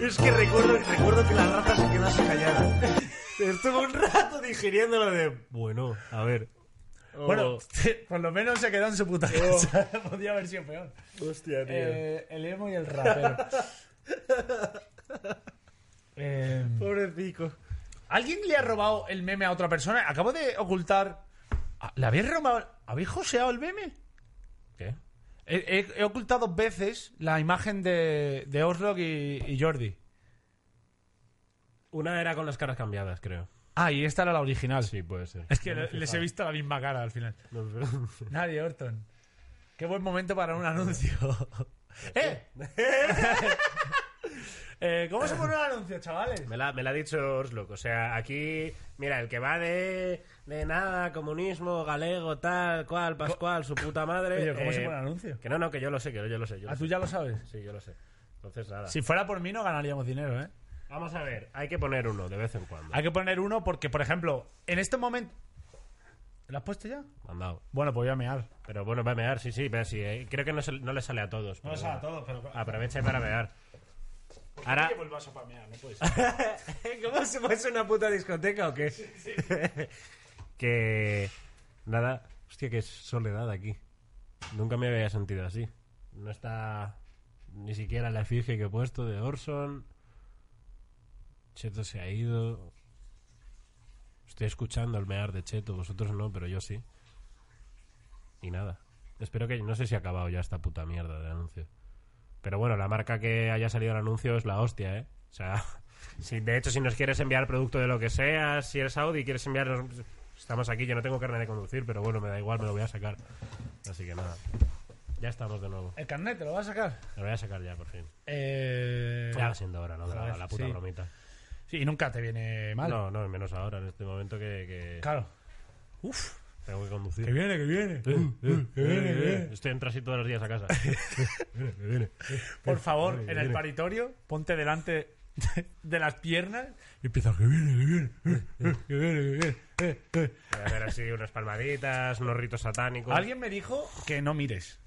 Es que recuerdo, recuerdo que la rata se quedase callada. Estuve un rato digiriéndolo de...
Bueno, a ver.
Bueno, por lo menos se quedó en su puta casa. Podría haber sido peor.
Hostia, tío.
Eh, el emo y el rapero. Eh,
Pobrecico.
¿Alguien le ha robado el meme a otra persona? Acabo de ocultar. Ah, ¿Le habéis robado? ¿Habéis joseado el meme?
¿Qué?
He, he- he ocultado dos veces la imagen de, de Oslo y, y Jordi.
Una era con las caras cambiadas, creo.
Ah, y esta era la original.
Sí, puede ser.
Es que le- les he visto la misma cara al final.
No, pero-
Nadie, Orton. Qué buen momento para un anuncio. ¡Eh! Eh, ¿Cómo se pone un anuncio, chavales?
Me la, me la ha dicho Orslock. O sea, aquí, mira, el que va de, de nada, comunismo, galego, tal, cual, pascual, su puta madre.
Oye, ¿cómo se
eh,
pone el anuncio?
Que no, no, que yo lo sé, que yo lo sé. Yo
Ah,
lo
tú
sé.
ya lo sabes.
Sí, yo lo sé. Entonces, nada.
Si fuera por mí no ganaríamos dinero, ¿eh?
Vamos a ver, hay que poner uno de vez en cuando.
Hay que poner uno porque, por ejemplo, en este momento... ¿Lo has puesto ya?
Mandado.
Bueno, pues voy a mear.
Pero bueno, va a mear, sí, sí, pero sí. eh, Creo que no, se- no le sale a todos. pero bueno.
todos, pero...
Aprovecha para mear. Ahora,
el vaso para mear, no puede
¿Cómo se fuese una puta discoteca o qué?
que. Nada. Hostia, qué soledad aquí. Nunca me había sentido así. No está ni siquiera la efigie que he puesto de Orson. Cheto se ha ido. Estoy escuchando el mear de Cheto, vosotros no, pero yo sí. Y nada. Espero que. No sé si ha acabado ya esta puta mierda de anuncio. Pero bueno, la marca que haya salido el anuncio es la hostia, ¿eh? O sea, si, de hecho, si nos quieres enviar producto de lo que sea, si eres Audi, quieres enviar. Estamos aquí, yo no tengo carne de conducir, pero bueno, me da igual, me lo voy a sacar. Así que nada. Ya estamos de nuevo.
El carnet, ¿te lo vas a sacar?
Me lo voy a sacar ya, por fin.
Eh...
Ya va siendo hora, ¿no? De la,
joder,
la puta
sí.
bromita.
Sí, y nunca te viene mal.
No, no, menos ahora, en este momento que, que
Claro. Eh,
tengo que conducir.
Que viene, que viene. que viene, que viene.
Estoy en tránsito todos los días a casa.
Por favor, en el paritorio, ponte delante de las piernas y empieza que viene, que viene, eh, eh, que viene, que viene, eh, eh".
Voy a hacer así unas palmaditas, unos ritos satánicos.
Alguien me dijo que no mires.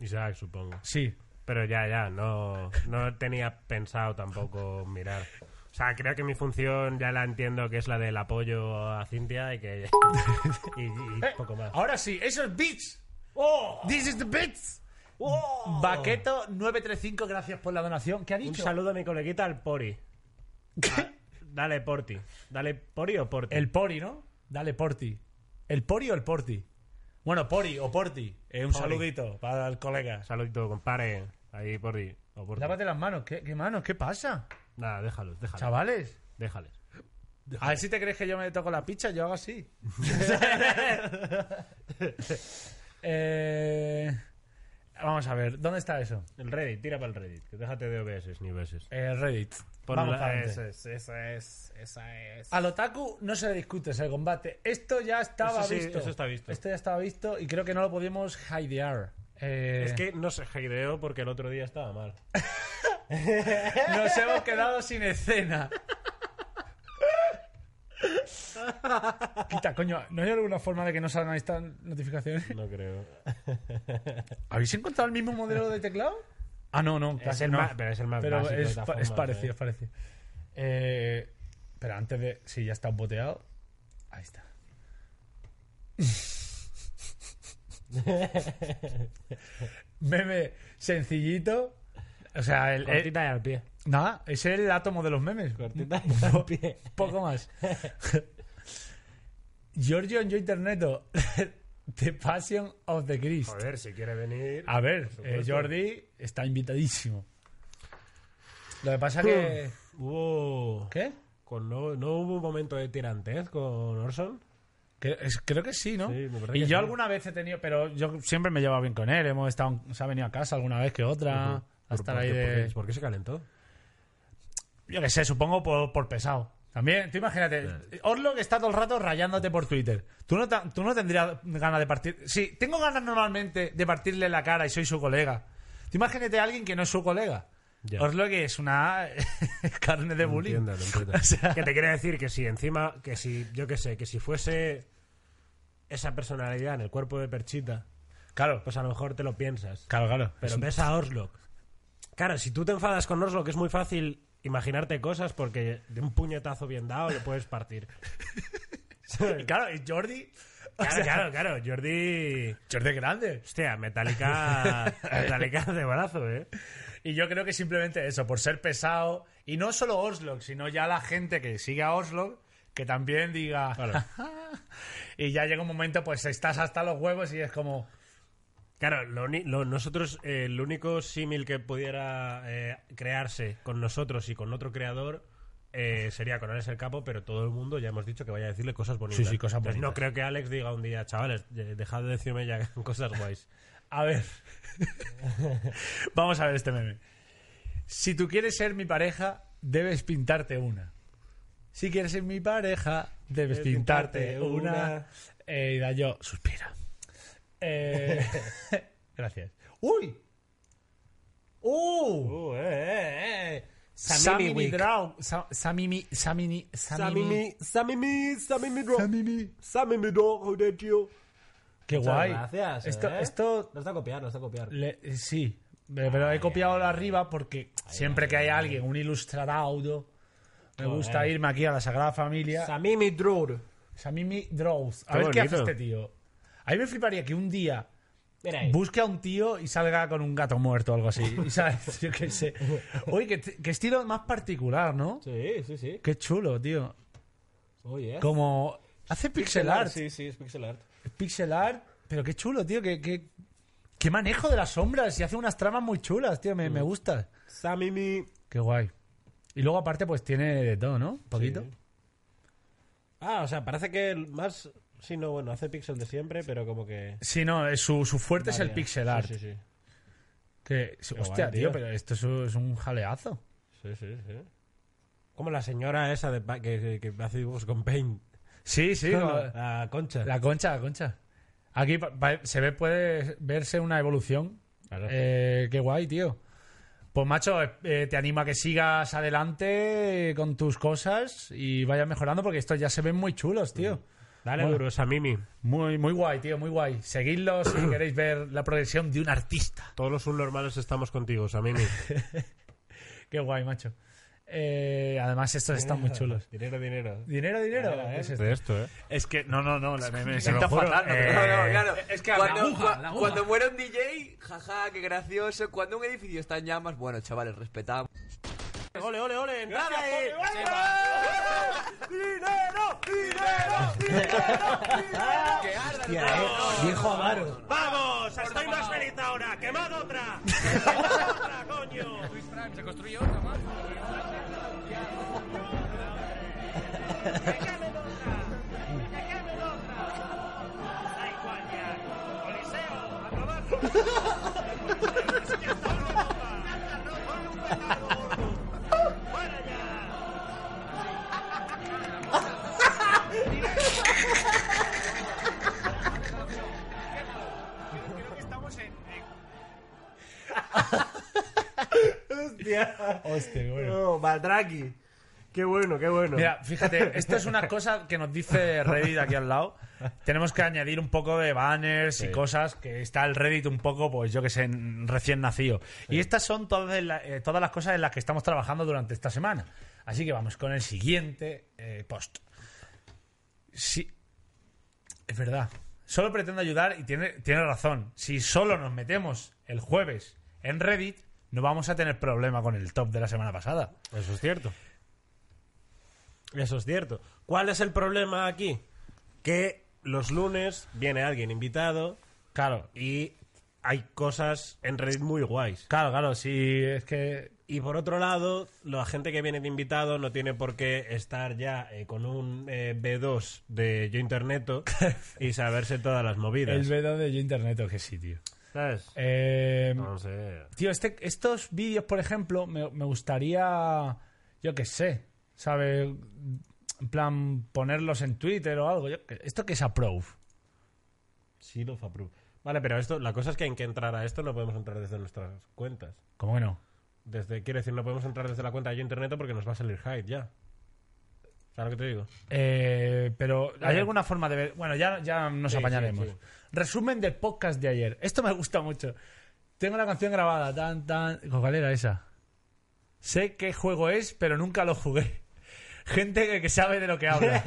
Isaac, supongo.
Sí.
Pero ya, ya, no, no tenía pensado tampoco mirar. O sea, creo que mi función ya la entiendo que es la del apoyo a Cintia y que. y, y
Eh,
poco más.
Ahora sí, eso es Beats. Oh, this is the Beats. Baqueto 935, gracias por la donación. ¿Qué ha
Un
dicho?
saludo a mi coleguita, al Pori. Ah, dale, Porti. Dale, Pori o Porti.
El Pori, ¿no? Dale, Porti. ¿El Pori o el Porti? Bueno, Pori o Porti. Eh, un
Pori.
saludito para el colega.
Saludito, compare. Ahí, Porti. O Porti.
Lávate las manos. ¿Qué, qué manos? ¿Qué pasa?
Nada, déjalos, déjalos.
Chavales.
Déjales.
A ver si te crees que yo me toco la picha, yo hago así. Eh, vamos a ver, ¿dónde está eso?
El Reddit, tira para el Reddit. Que déjate de OBS ni OBS.
El Reddit.
Pon
vamos
la-
para adelante.
esa es, esa es, esa es.
Al otaku no se le discute, se le combate. Esto ya estaba
Eso sí,
visto.
eso está visto.
Esto ya estaba visto y creo que no lo podíamos hidear. Eh,
Es que no se hideó porque el otro día estaba mal.
Nos hemos quedado sin escena. Quita, coño, ¿no hay alguna forma de que no salgan estas notificaciones?
No creo.
¿Habéis encontrado el mismo modelo de teclado? Ah, no, no,
Es
casi
el
no.
más, pero es el más
Pero
básico. de
es,
todas
pa- es
formas,
parecido,
¿eh?
es parecido. Eh, pero antes de. Si ya está boteado. Ahí está. Meme sencillito. O sea, el, el-
Cortita y al pie.
nada, es el átomo de los memes.
Cortita y al pie.
Poco más. Giorgio en Yo Interneto. the Passion of the Christ.
Joder, si quiere venir.
A ver,
Por
eh,
supuesto.
Jordi está invitadísimo. Lo que pasa que...
Hubo.
¿Qué?
Con no, no hubo un momento de tirantez con Orson?
Que- es- creo que sí, ¿no?
Sí, me parece
y
que
yo
sí.
alguna vez he tenido, pero yo siempre me he llevado bien con él. Hemos estado, se ha venido a casa alguna vez que otra. A
¿Por-
estar
por
Ah, ahí
qué-
de.
por qué- ¿Por qué se calentó?
Yo qué sé, supongo por, por pesado. También, tú imagínate, Orlok está todo el rato rayándote por Twitter. ¿Tú no, ta- tú no tendrías ganas de partir. Sí, tengo ganas normalmente de partirle la cara y soy su colega. Tú imagínate a alguien que no es su colega.
Ya.
Orlok es una carne de bullying.
Entiendo, lo entiendo.
O sea,
que te quiere decir que si encima, que si, yo qué sé, que si fuese esa personalidad en el cuerpo de Perchita,
claro,
pues a lo mejor te lo piensas.
claro, claro.
Pero
Es-
ves a Orslock. Claro, si tú te enfadas con Orslock es muy fácil imaginarte cosas porque de un puñetazo bien dado le puedes partir.
y claro, y Jordi. o
Claro,
sea,
claro, claro. Jordi...
Jordi es grande.
Hostia, Metallica... Metallica de brazo, ¿eh?
Y yo creo que simplemente eso, por ser pesado, y no solo Oslo, sino ya la gente que sigue a Oslo, que también diga... y ya llega un momento, pues estás hasta los huevos y es como...
Claro, lo uni- lo- nosotros, eh, el único símil que pudiera eh, crearse con nosotros y con otro creador eh, sería con Alex el Capo, pero todo el mundo ya hemos dicho que vaya a decirle cosas bonitas.
Sí, sí, cosas
Entonces,
bonitas.
no creo que Alex diga un día, chavales, eh, dejad de decirme ya cosas guays.
A ver. Vamos a ver este meme. Si tú quieres ser mi pareja, debes pintarte una. Si quieres ser mi pareja, debes
Debes pintarte
pintarte una.
una.
Eh, y Dayo suspira. Eh, gracias. ¡Uy! ¡Uh!
Uh, eh, eh, eh.
Samimi
Week.
Draw. Sa- Samimi. Samini. Samimi.
Samimi, Samimi, Samimi Draw.
Samimi.
Samimi Draw, joder, tío.
Qué
Muchas
guay.
gracias,
Esto,
eh.
esto
No está a copiar, no está a copiar.
Le- eh, sí, pero, pero he copiado la arriba porque siempre que hay alguien, un ilustradaudo, me gusta irme aquí a la Sagrada Familia.
Samimi Draw.
Samimi Draws. A
Qué
ver qué hace
bonito.
este tío. A mí me fliparía que un día
Mira ahí.
busque a un tío y salga con un gato muerto o algo así. Y ¿Sabes? Yo qué sé. Oye, qué, t- qué estilo más particular, ¿no?
Sí, sí, Oh, sí.
Qué chulo, tío.
Oye.
Como... Hace pixel art.
Sí, sí, es pixel art.
Pixel art. Pero qué chulo, tío. Qué, qué, qué manejo de las sombras. Y hace unas tramas muy chulas, tío. Me, me
Mm.
gusta.
Samimi.
Qué guay. Y luego aparte pues tiene de todo, ¿no? Un poquito.
Ah, o sea, parece que el más. Sí, no, bueno, hace pixel de siempre, pero como que.
Sí, no, eh, su, su fuerte es el
Varía.
pixel art.
Sí, sí, sí.
Que, sí,
Qué
hostia,
guay,
tío,
tío.
pero esto es un, es un jaleazo.
Sí, sí, sí. Como la señora esa de pa- que, que- que hace dibujos con paint.
Sí, sí. la,
La concha.
la concha, la concha. Aquí pa- pa- se ve, puede verse una evolución.
Claro.
Eh, qué guay, tío. Pues macho, eh, te anima a que sigas adelante eh, con tus cosas y vayas mejorando porque estos ya se ven muy chulos, tío.
Mm. Dale
Mola.
duro, esa Mimi.
Muy, muy guay, tío, muy guay. Seguidlos si queréis ver la progresión de un artista.
Todos los subnormales estamos contigo, Samimi.
Qué guay, macho. Eh, además, estos están muy chulos.
dinero, dinero.
Dinero, dinero. Es esto.
De esto, ¿eh?
Es que, no, no, no, la- me, me
lo
siento
juro,
fatal. no,
eh,
pero-
No, no, claro.
es que la
cuando,
aguja,
cua-
la aguja.
cuando muere un DJ, jaja, qué gracioso. Cuando un edificio está en llamas, bueno, chavales, respetamos.
¡Ole, ole, ole! ¡Entrada ahí!
¡Que arda!
Viejo avaro.
¡Vamos! ¡Estoy más feliz ahora! ¡Quemad otra! otra, coño!
Se construye otra más.
Hostia, bueno.
No, Baldraki. Qué bueno, qué bueno.
Mira, fíjate, esto es una cosa que nos dice Reddit aquí al lado. Tenemos que añadir un poco de banners y cosas que está el Reddit un poco, pues yo que sé, en- recién nacido. Y estas son todas, la- eh, todas las cosas en las que estamos trabajando durante esta semana. Así que vamos con el siguiente eh, post. Sí. Es verdad. Solo pretendo ayudar y tiene, tiene razón. Si solo nos metemos el jueves en Reddit, no vamos a tener problema con el top de la semana pasada.
Eso es cierto. Eso es cierto. ¿Cuál es el problema aquí? Que los lunes viene alguien invitado
Claro,
y hay cosas en Reddit muy guays.
Claro, claro, sí, es que
Y por otro lado, la gente que viene de invitado no tiene por qué estar ya eh, con un eh, B2 de Yo Interneto y saberse todas las movidas.
El vedo de yo internet, que sí, tío.
¿Sabes?
Eh,
No sé.
Tío, este- estos vídeos, por ejemplo, me, me gustaría, yo qué sé, ¿sabes? En plan, ponerlos en Twitter o algo. yo qué- ¿Esto qué es approve?
Sí, lo approve. Vale, pero esto, la cosa es que hay que entrar a esto, no podemos entrar desde nuestras cuentas.
¿Cómo que no?
Desde, quiero decir, no podemos entrar desde la cuenta de Yo Interneto porque nos va a salir Hyde ya. ¿Sabes lo que te digo?
Eh, pero hay alguna forma de ver. Bueno, ya, ya nos
Sí,
apañaremos.
sí, sí.
Resumen del podcast de ayer. Esto me gusta mucho. Tengo la canción grabada, tan, tan. ¿Cuál era esa? Sé qué juego es, pero nunca lo jugué. Gente que- que sabe de lo que habla.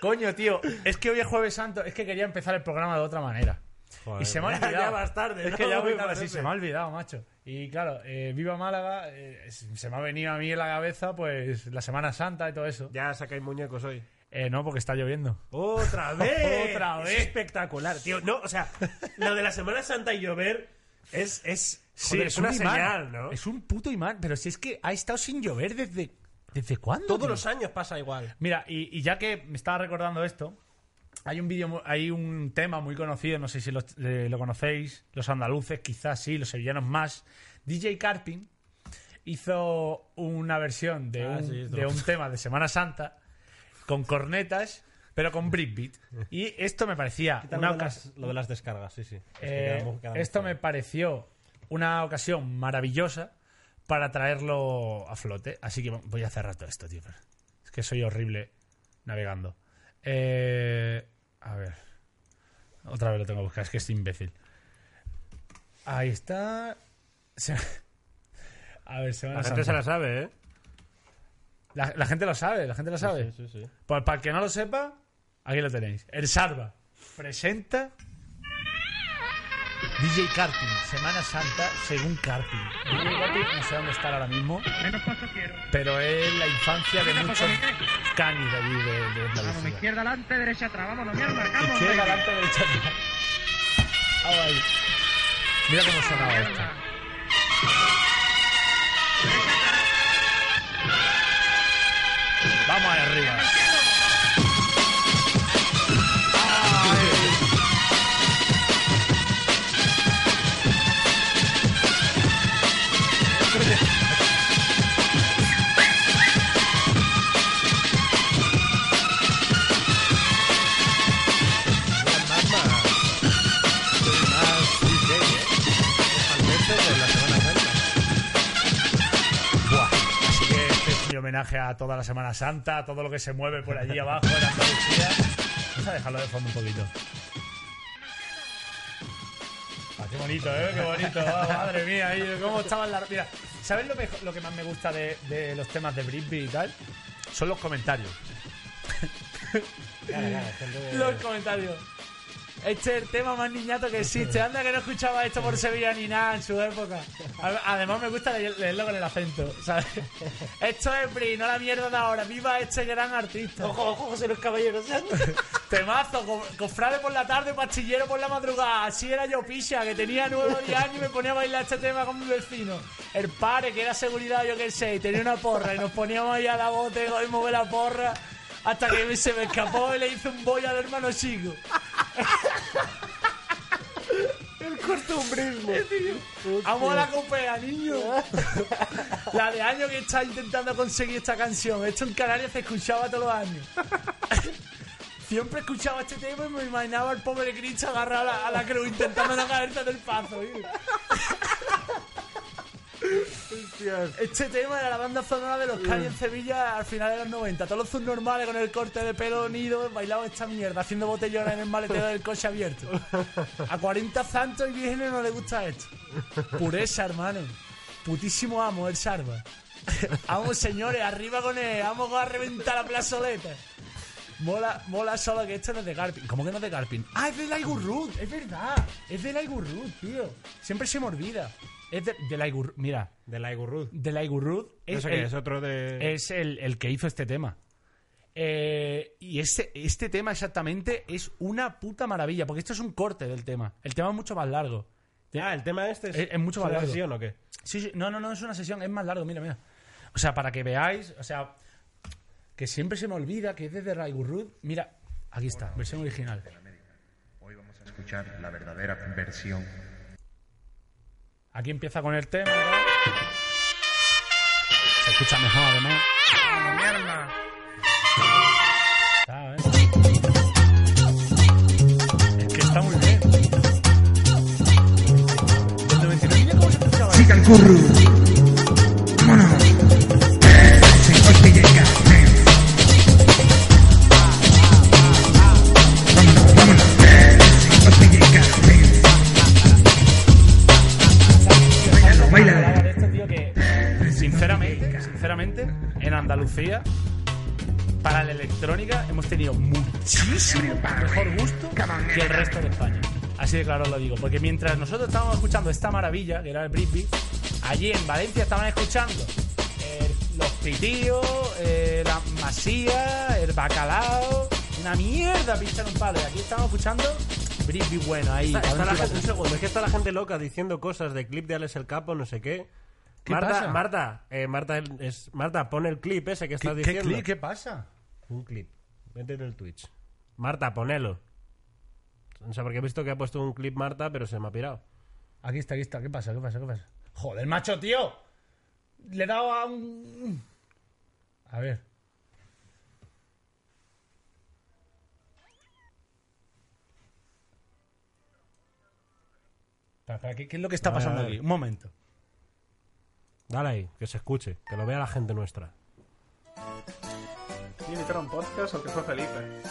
Coño, tío, es que hoy es Jueves Santo, es que quería empezar el programa de otra manera.
Joder,
y se me ha
ya-
olvidado.
ya vas tarde,
Es
¿no?
que ya voy
Me
tarde, sí,
parece.
se me ha olvidado, macho. Y claro, eh, viva Málaga, eh, es- se me ha venido a mí en la cabeza, pues, la Semana Santa y todo eso.
Ya sacáis muñecos hoy.
Eh, no, porque está lloviendo.
¡Otra vez!
Otra
Es
vez.
espectacular, tío. No, o sea, lo de la Semana Santa y llover es. es
Sí,
joder, es una
imán.
señal, ¿no?
Es un puto imán, pero si es que ha estado sin llover desde. ¿Desde cuándo?
Todos
tío?
los años pasa igual.
Mira, y, y ya que me estaba recordando esto, hay un vídeo, mu- hay un tema muy conocido, no sé si lo, eh, lo conocéis, los andaluces quizás sí, los sevillanos más. DJ Carpin hizo una versión de,
Ah,
un,
sí, esto
de
lo-
un tema de Semana Santa con cornetas, pero con breakbeat. Y esto me parecía una
lo, de
ocasión.
las, lo de las descargas, sí, sí. Es que
Eh,
queda mu- queda
esto
mucho.
me pareció una ocasión maravillosa para traerlo a flote. Así que voy a cerrar todo esto, tío. pero Es que soy horrible navegando. Eh, a ver. Otra vez lo tengo que buscar, es que es imbécil. Ahí está. Se- A ver, Semana
La gente se
Santa.
la sabe, ¿eh?
La, la gente lo sabe, la gente lo sabe.
Sí, sí.
Pues para el que no lo sepa, aquí lo tenéis. El Sarva presenta DJ Carpin, Semana Santa según Carpin. DJ Carpin no sé dónde está ahora mismo, pero es la infancia de muchos canis de allí de, de Andalucía.
Izquierda adelante, derecha atrás. Vámonos, mi alma.
Izquierda, adelante, derecha atrás. Vamos ahí. Ah, Mira cómo sonaba esto. Vamos ahí arriba. ¿eh? Buah. Así que este es mi homenaje a toda la Semana Santa, a todo lo que se mueve por allí abajo en Andalucía. Vamos a dejarlo de fondo un poquito. Ah, qué bonito, ¿eh? Qué bonito. Ah, madre mía, ahí, cómo estaban las... Mira, ¿sabes lo, mejo- lo que más me gusta de, de los temas de Britney y tal? Son los comentarios. los comentarios. Este es el tema más niñato que existe. Anda que no escuchaba esto por Sevilla ni nada en su época. A- Además me gusta le- leerlo con el acento, ¿sabes? Esto es Bri, no la mierda de ahora. Viva este gran artista.
Ojo, ojo, José los Caballeros.
Temazo, co- cofrade por la tarde, pastillero por la madrugada. Así era yo, picha, que tenía nueve diez años y me ponía a bailar este tema con mi vecino. El padre, que era seguridad, yo qué sé, y tenía una porra. Y nos poníamos ahí a la bote y mover la porra. Hasta que se me escapó y le hice un boy al hermano chico. Vamos a la copea, niño. La de año que está intentando conseguir esta canción. Esto en Canarias se escuchaba todos los años. Siempre escuchaba este tema y me imaginaba al pobre Cristo agarrado a la, a la cruz intentando no caerse del paso. Este tema era la banda sonora de los Cali en Sevilla al final de los 90. Todos los subnormales con el corte de pelo unido bailaban esta mierda, haciendo botellones en el maletero del coche abierto. A 40 santos y vírgenes no le gusta esto. Pureza, hermano. Putísimo amo, el Sarva. Vamos, señores, arriba con él. Vamos a reventar la plazoleta. Mola, mola solo que esto no es de Garpin. ¿Cómo que no es de Garpin? Ah, es de Laigurrut, es verdad. Es de Laigurrut, tío. Siempre se me olvida. Es de, de Laigurrut. Mira,
De la Igurruz.
de Laigurrut es,
Eso
el- eh,
que es otro de...
es el, el que hizo este tema. Eh, y este, este tema exactamente es una puta maravilla, porque esto es un corte del tema. El tema es mucho más largo.
Ah, el tema este es,
eh, Es- es mucho más
¿es una
largo.
sesión o qué?
Sí, sí, no, no, no es una sesión, es más largo, mira, mira. O sea, para que veáis, o sea, que siempre se me olvida que es desde Raigurud. Mira, aquí está, versión original.
Hoy vamos a escuchar la verdadera versión.
Aquí empieza con el tema. ¿no? Se escucha mejor, además.
Ah,
¿Sabes? Es que está muy bien. El 99, mira cómo se escuchaba.
Sigan curru. Vámonos. Hoy te llega. Vámonos, vámonos. Hoy te llega. Báilalo, báilalo.
de esto, tío, que sinceramente, sinceramente, en Andalucía, para la electrónica hemos tenido muchísimo mejor gusto que el resto de España. Así de claro os lo digo, porque mientras nosotros estábamos escuchando esta maravilla, que era el Britbeat, allí en Valencia estaban escuchando eh, los pitillos, eh, la masía, el bacalao, una mierda pinchar un palo. Y aquí estamos escuchando Britbeat bueno, ahí.
Está-
a
está
ver
la
qué
gente- un
pasa.
segundo, es que está la gente loca diciendo cosas de clip de Alex el Capo, no sé qué.
¿Qué
Marta,
pasa?
Marta, eh, Marta, es, Marta, pon el clip ese que estás
¿Qué, qué
diciendo.
clip? ¿Qué pasa?
Un clip. Vete en el Twitch. Marta, ponelo. No sé, porque he visto que ha puesto un clip Marta, pero se me ha pirado.
Aquí está, aquí está. ¿Qué pasa? ¿Qué pasa? ¿Qué pasa? Joder, macho, tío. Le he dado a un... A ver. Espera, espera, ¿Qué, qué es lo que está
Vale,
pasando
vale.
aquí? Un momento.
Dale ahí, que se escuche, que lo vea la gente nuestra.
invitar a un podcast al que fue Felipe.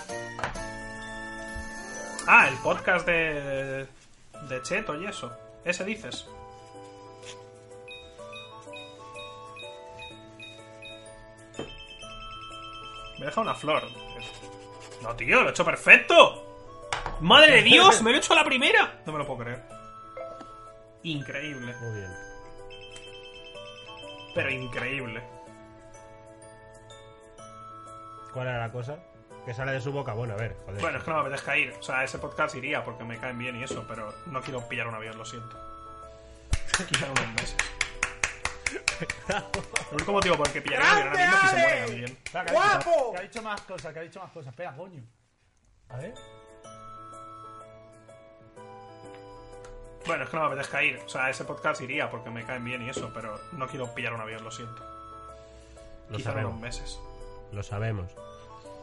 Ah, el podcast de. de Cheto y eso. Ese dices. Me deja una flor. No, tío, lo he hecho perfecto. ¡Madre de Dios! ¡Me lo he hecho a la primera! No me lo puedo creer. Increíble.
Muy bien.
Pero increíble.
¿Cuál era la cosa? Que sale de su boca. Bueno, a ver, joder.
Bueno, es que no me apetezca ir. O sea, ese podcast iría porque me caen bien y eso, pero no quiero pillar un avión, lo siento. Quizá en unos meses. El único motivo por el que pillar un avión ahora mismo es que se muere alguien.
¡Guapo! Que ha dicho más cosas, que ha dicho más cosas. Espera, coño. A ver.
Bueno, es que no me apetezca ir. O sea, ese podcast iría porque me caen bien y eso, pero no quiero pillar un avión, lo siento.
Lo
Quizá en
sabemos.
unos meses.
Lo sabemos.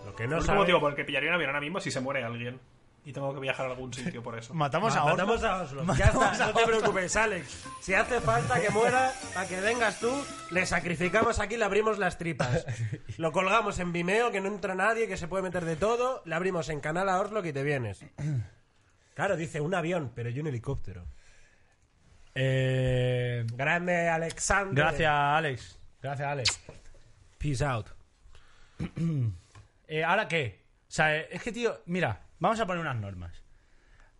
Lo que
el
no
único
sabe...
motivo por el que pillaría un avión ahora mismo es si se muere alguien. Y tengo que viajar a algún sitio por eso.
Matamos a Oslo.
Matamos a Oslo. Ya
Matamos
está,
a
no te
Oslo.
preocupes, Alex. Si hace falta que muera, para que vengas tú, le sacrificamos aquí, le abrimos las tripas. Lo colgamos en Vimeo, que no entra nadie, que se puede meter de todo. Le abrimos en Canal a Oslo que te vienes. Claro, dice un avión, pero yo un helicóptero.
Eh,
Grande Alexander.
gracias, Alex. Gracias, Alex.
Peace out.
Eh, ¿Ahora qué? O sea, eh, es que, tío, mira, vamos a poner unas normas.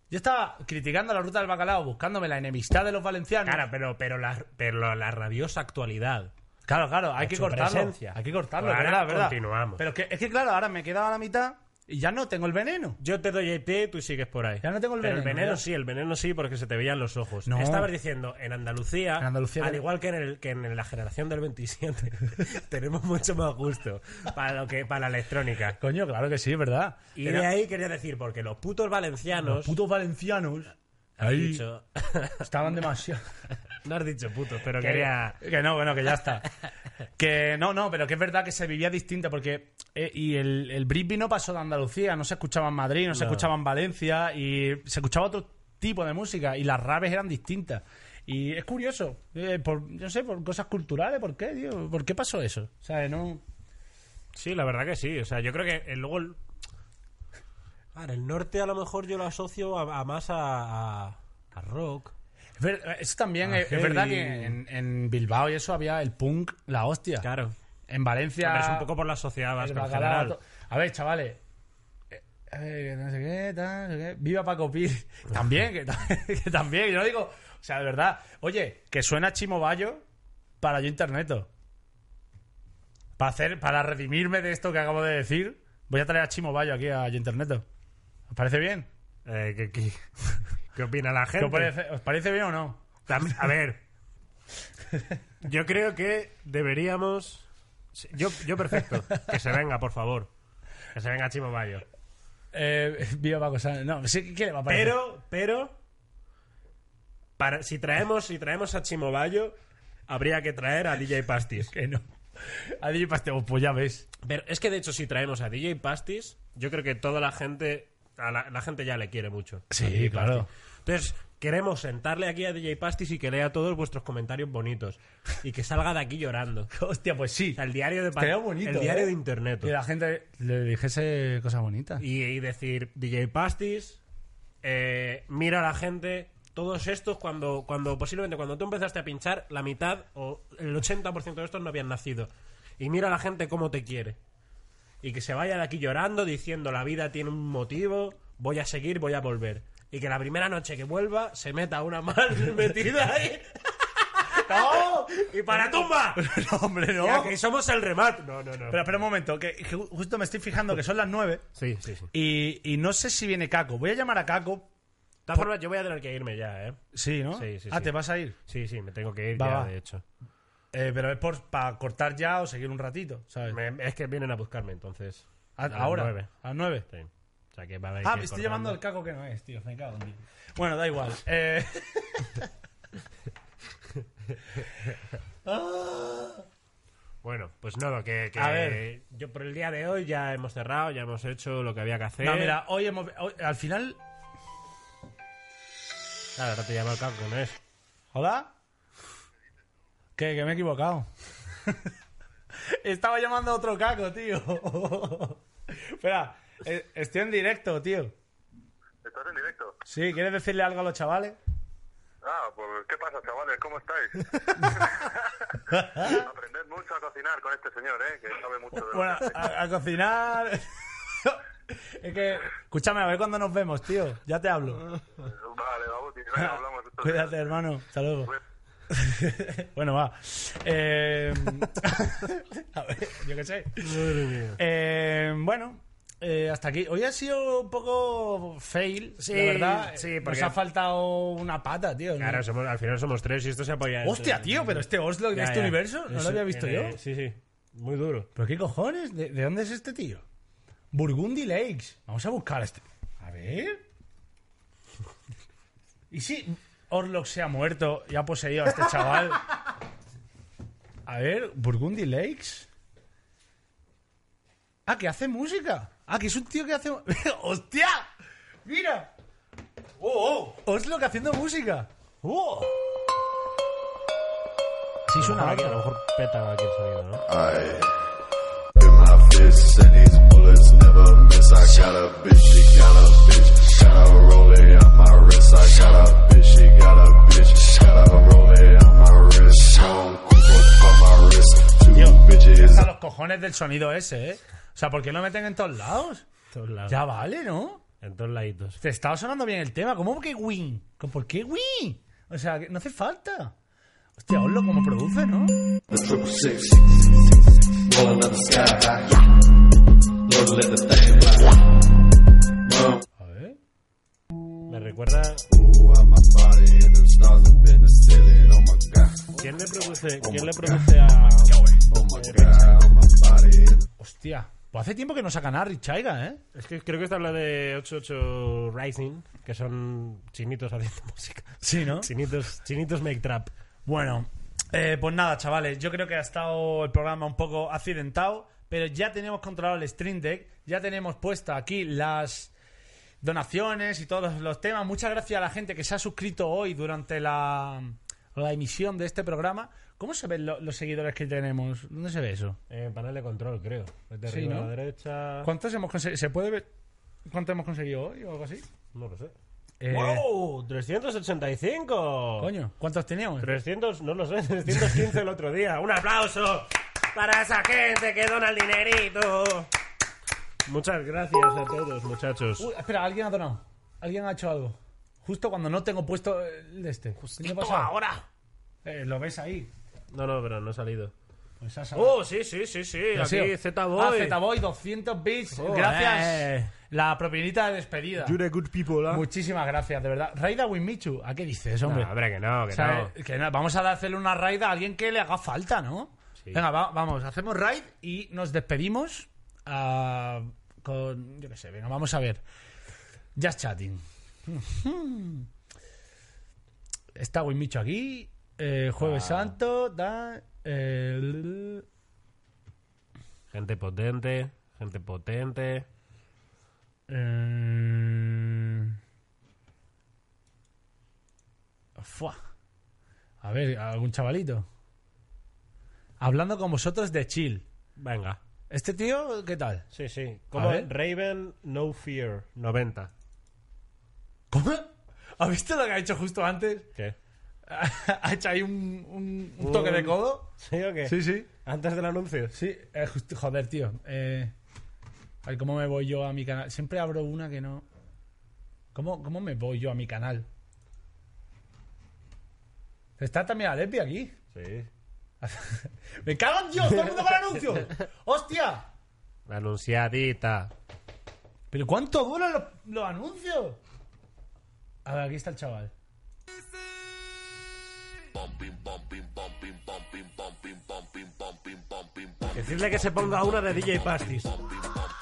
Yo estaba criticando la ruta del bacalao, buscándome la enemistad de los valencianos.
Claro, pero, pero, la, pero la rabiosa actualidad.
Claro, claro, hay
Con
que
su
cortarlo.
presencia.
Hay que cortarlo,
Ahora
verdad, verdad.
continuamos.
Pero que- es que, claro, ahora me he quedado a la mitad y ya no tengo el veneno.
Yo te doy el pie y tú sigues por ahí.
Ya no tengo el
Pero
veneno,
el veneno
ya.
sí, el veneno sí, porque se te veían los ojos.
No.
Estabas diciendo, en Andalucía,
En Andalucía
al
era-
igual que en, el- que en la generación del 27, tenemos mucho más gusto para lo que para la electrónica.
Coño, claro que sí, ¿verdad?
Y
Era-
de ahí quería decir, porque los putos valencianos...
los putos valencianos
has
ahí
dicho-
estaban demasiado...
no has dicho putos, pero
Que-
quería...
Que no, bueno, que ya está. que no, no, pero que es verdad que se vivía distinta porque... eh, y el, el Brisbane no pasó de Andalucía, no se escuchaba en Madrid, no, se
No.
escuchaba en Valencia y se escuchaba otro tipo de música y las raves eran distintas. Y es curioso, eh, por, yo no sé, por cosas culturales, ¿por qué, tío? ¿Por qué pasó eso? O sea, no...
Sí, la verdad que sí. O sea, yo creo que el, luego... El... Ahora, el norte a lo mejor yo lo asocio a, a más a- a- a rock.
Es ver- Eso también
Ah,
es, es verdad
heavy.
que en, en Bilbao y eso había el punk, la hostia.
Claro.
En Valencia.
Hombre, es un poco por la sociedad
el
vasca en
bacalao,
general.
to- A ver, chavales. Eh, a ver, no sé qué, tal, no sé qué. Viva Paco Pil. También, que, ta- que también. Yo no digo. O sea, de verdad. Oye, que suena Chimo Bayo para yo interneto. Para, hacer, para redimirme de esto que acabo de decir, voy a traer a Chimo Bayo aquí a yo interneto. ¿Os parece bien?
Eh, que, que- ¿Qué opina la gente?
¿Os parece- ¿Os parece bien o no?
Tam- A ver. Yo creo que deberíamos. Sí, Yo, yo perfecto. Que se venga, por favor. Que se venga Chimo Bayo.
Eh, viva Paco Sánchez. No, sí, ¿qué le va a parecer?
Pero, pero. Para, si, traemos, si traemos a Chimo Bayo, habría que traer a DJ Pastis.
que no. A DJ Pastel, pues ya ves.
Pero es que de hecho, si traemos a DJ Pastis, yo creo que toda la gente. A la, la gente ya le quiere mucho.
Sí,
A DJ Pastis.
claro.
Entonces, queremos sentarle aquí a DJ Pastis y que lea todos vuestros comentarios bonitos. Y que salga de aquí llorando.
Hostia, pues sí.
O sea, el diario de Pa-
Estaría bonito,
El diario
¿eh?
de internet.
Que la gente le dijese cosas bonitas.
Y, y decir, DJ Pastis, eh, mira a la gente. Todos estos, cuando, cuando posiblemente cuando tú empezaste a pinchar, la mitad o el 80% de estos no habían nacido. Y mira a la gente cómo te quiere. Y que se vaya de aquí llorando, diciendo, la vida tiene un motivo, voy a seguir, voy a volver. Y que la primera noche que vuelva se meta una mal metida ahí. ¡No! ¡Y para tumba!
No, hombre, no.
Y aquí somos el remate. No, no, no.
Pero espera un momento, que, que ju- justo me estoy fijando que son las nueve
Sí, sí, sí.
y, y no sé si viene Caco. Voy a llamar a Caco.
De todas formas, yo voy a tener que irme ya, ¿eh?
Sí, ¿no?
Sí, sí,
ah,
sí.
¿te vas a ir?
Sí, sí, me tengo que ir
Va,
ya,
va.
de hecho.
Eh, pero es por, para cortar ya o seguir un ratito, ¿sabes?
Me- es que vienen a buscarme, entonces.
A-
A las
Ah, ahora,
nueve.
a las nueve.
Sí. O sea que va a haber
Ah,
que ir
estoy
cortando.
llamando al Caco que no es, tío. Me cago en Dios. Bueno, da igual. Eh...
Bueno, pues nada, que, que-
A ver.
yo por el día de hoy ya hemos cerrado, ya hemos hecho lo que había que hacer.
No, mira, hoy hemos. hoy- al final.
Claro, ahora te llamo al caco, que no es.
¿Hola? ¿Qué? Que me he equivocado. Estaba llamando a otro caco, tío. Espera, eh, estoy en directo, tío.
¿Estás en directo?
Sí, ¿quieres decirle algo a los chavales?
Ah, pues ¿qué pasa, chavales? ¿Cómo estáis? Aprended mucho a cocinar con este señor, ¿eh? Que sabe mucho de...
Bueno, a, a cocinar. es que. Escúchame, a ver cuándo nos vemos, tío. Ya te hablo.
Vale, Babuti, venga, hablamos. Pues,
Cuídate, hermano. Hasta luego. bueno, va. Eh, a ver, yo qué sé. Eh, bueno, eh, hasta aquí. Hoy ha sido un poco fail,
Sí,
sí, la verdad.
sí,
Eh,
porque-
Nos ha faltado una pata, tío. ¿no?
Claro, somos- al final somos tres y esto se apoya. en-
Mm. Hostia, tío, pero este Oslo en
Ya,
este
ya.
universo no
Eso-
lo había visto
eh,
yo.
Sí, sí. Muy duro.
¿Pero qué cojones? ¿De, de dónde es este tío? Burgundy Lakes. Vamos a buscar a este. A ver. ¿Y si Orlok se ha muerto y ha poseído a este chaval? A ver, Burgundy Lakes. Ah, que hace música. Ah, que es un tío que hace. ¡Hostia! ¡Mira! ¡Oh, oh! Oslo que haciendo música. ¡Oh! Sí, suena
A lo mejor peta aquí el sonido, ¿no?
I in my fists and these bullets never miss. I got a bitch, she got a bitch, got a rollie on my wrist. I got a bitch, she got a bitch, got a rollie on my wrist. Don't on my wrist, two bitches.
a los cojones del sonido ese, ¿eh? O sea, ¿por qué lo meten en todos lados?
Todos lados.
Ya vale, ¿no?
En todos laditos.
Te estaba sonando bien el tema. ¿Cómo que Win? ¿Por qué Win? O sea, que no hace falta. Hostia, Oslo como produce, ¿no?
The triple six. Rolling up the sky high. Love to let the thing fly. Run.
Me recuerda.
Ooh, I'm my body and them stars up in the ceiling. Oh my god,
¿Quién le produce, ¿quién le produce a.
oh my god, oh my body.
Hostia. Pues hace tiempo que no sacan a Richaiga, ¿eh?
Es que creo que esta habla de 88 Rising, que son chinitos haciendo música.
Sí, ¿no?
Chinitos, chinitos make trap.
Bueno, eh, pues nada, chavales. Yo creo que ha estado el programa un poco accidentado, pero ya tenemos controlado el Stream Deck. Ya tenemos puesta aquí las donaciones y todos los, los temas. Muchas gracias a la gente que se ha suscrito hoy durante la, la emisión de este programa. ¿Cómo se ven lo- los seguidores que tenemos? ¿Dónde se ve eso?
Eh, panel de control, creo. Vete
Sí,
arriba
¿no?
a la derecha.
¿Cuántos hemos conseguido? ¿Se puede ver cuánto hemos conseguido hoy o algo así?
No lo sé.
Eh,
¡Wow! ¡385!
Coño, ¿cuántos teníamos?
300, no lo sé, 315 el otro día. ¡Un aplauso para esa gente que dona el dinerito! Muchas gracias a todos, muchachos.
Uy, espera, alguien ha donado. Alguien ha hecho algo. Justo cuando no tengo puesto el de este. ¿Qué ha pasado?
ahora!
Eh, lo ves ahí.
No, no, pero no ha salido.
Pues
Ah.
has Ah,
¡Oh, sí, sí, sí, sí!
¿Qué ha sido?
Aquí, Z-Boy.
Ah, Z-Boy, 200 bits.
Joder. Eh.
Gracias. La propinita de despedida.
You're a good people, ¿ah?
Muchísimas gracias, de verdad. Raida Winmichu, ¿a qué dices, hombre?
No, hombre, eh, que no, que
O sea, eh,
no.
que Vamos a hacerle una raid a alguien que le haga falta, ¿no? Venga, va- vamos, hacemos raid y nos despedimos ah, con... Yo qué sé, venga, vamos a ver. Just chatting. Está Winmicho aquí. eh, Jueves
Ah.
Santo. Da, eh,
Gente potente, gente potente.
Eh, Fua. A ver, algún chavalito. Hablando con vosotros de chill.
Venga.
¿Este tío qué tal?
Sí, sí.
¿Cómo?
Raven No Fear 90.
¿Cómo? ¿Has visto lo que ha hecho justo antes?
¿Qué?
ha hecho ahí un, un- un toque de codo.
¿Sí o qué?
Sí, sí.
Antes del anuncio.
Sí, eh, justo- joder, tío. Eh, a ver, ¿cómo me voy yo a mi canal? Siempre abro una que no. ¿Cómo, cómo me voy yo a mi canal? Está también Alepi aquí.
Sí.
¡Me cago en Dios! ¡Todo el mundo para anuncios! ¡Hostia!
La anunciadita.
¿Pero cuánto duran los, los anuncios? A ver, aquí está el chaval.
Decirle que se ponga una de DJ Pastis.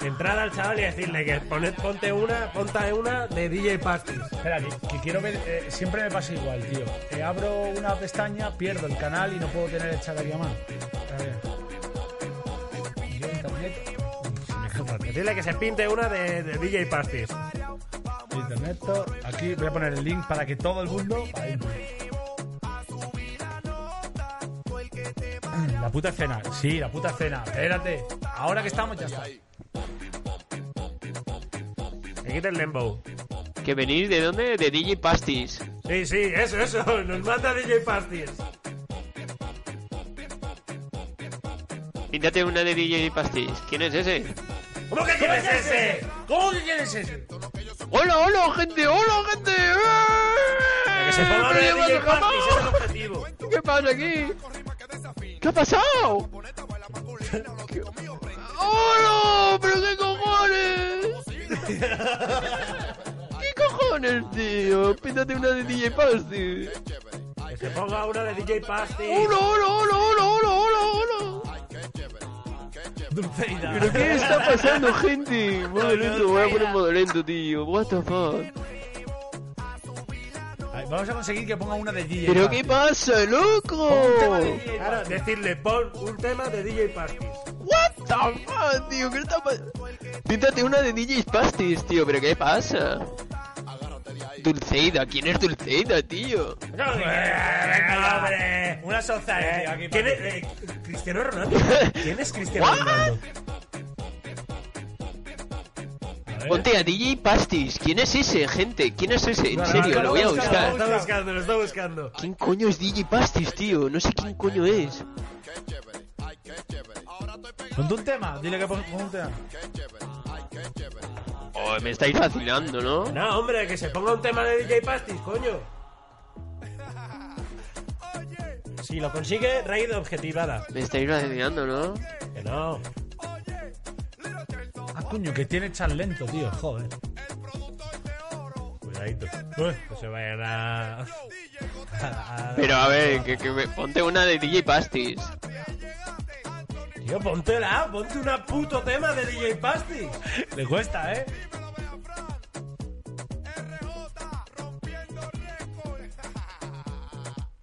Entrad al chaval y decirle que poned- ponte una, ponte una de DJ Pastis.
Espera, que, que quiero ver. eh, siempre me pasa igual, tío. Eh, abro una pestaña, pierdo el canal y no puedo tener el chat aquí a mano. A ver. Yo internet.
Decirle que se pinte una de, de DJ Pastis.
Internet. Aquí voy a poner el link para que todo el mundo. Ahí. La puta escena. Sí, la puta escena. Espérate. Ahora que estamos ya está.
Que quite el lembo.
Que venís de dónde? De DJ Pastis.
Sí, sí, eso, eso. Nos manda DJ Pastis.
Píntate una de DJ Pastis. ¿Quién es ese?
¿Cómo que quieres ese? ¿Cómo que quieres ese?
¡Hola, hola, gente! ¡Hola, gente!
Que se ponga una de DJ Pastis, ese es el objetivo.
¿Qué pasa aquí? ¿Qué ha pasado? ¡Hola! ¡Pero qué cojones! ¿Qué cojones, tío? Píntate una de DJ Pastis.
Que se ponga una de DJ Pastis.
¡Hola, hola, hola, hola, hola, hola, hola! ¿Pero qué está pasando, gente? Modo lento, voy a poner modo lento, tío. What the fuck?
Ahí, Vamos a conseguir que ponga una de DJ.
¿Pero
Pastis.
qué pasa, loco?
Claro, decirle pon un tema de DJ Pastis.
What the fuck, tío, ¿qué está pasando? Píntate una de DJs Pastis, tío, pero ¿qué pasa? Dulceida, ¿quién es Dulceida, tío?
Venga, hombre.
Una soza, tío, aquí
¿Quién es eh, Cristiano Ronaldo? ¿Quién es Cristiano
What?
Ronaldo?
Ponte a DJ Pastis, ¿quién es ese, gente? ¿Quién es ese? En serio, lo voy a
Lo
buscar.
está buscando, lo está buscando.
¿Quién coño es DJ Pastis, tío? No sé quién coño es.
Ponte un tema. Dile que pon pon un tema.
Oh, me estáis vacilando, ¿no?
No, hombre, que se ponga un tema de DJ Pastis, coño.
Si lo consigue, raid objetivada.
Me estáis vacilando, ¿no?
Que no.
Ah, coño, que tiene chat lento, tío. Joder.
Cuidadito. No se vayan a.
Pero a ver, que, que me... ponte una de DJ Pastis.
Tío, póntela, ponte una puto tema de DJ Pastis.
Le cuesta, ¿eh?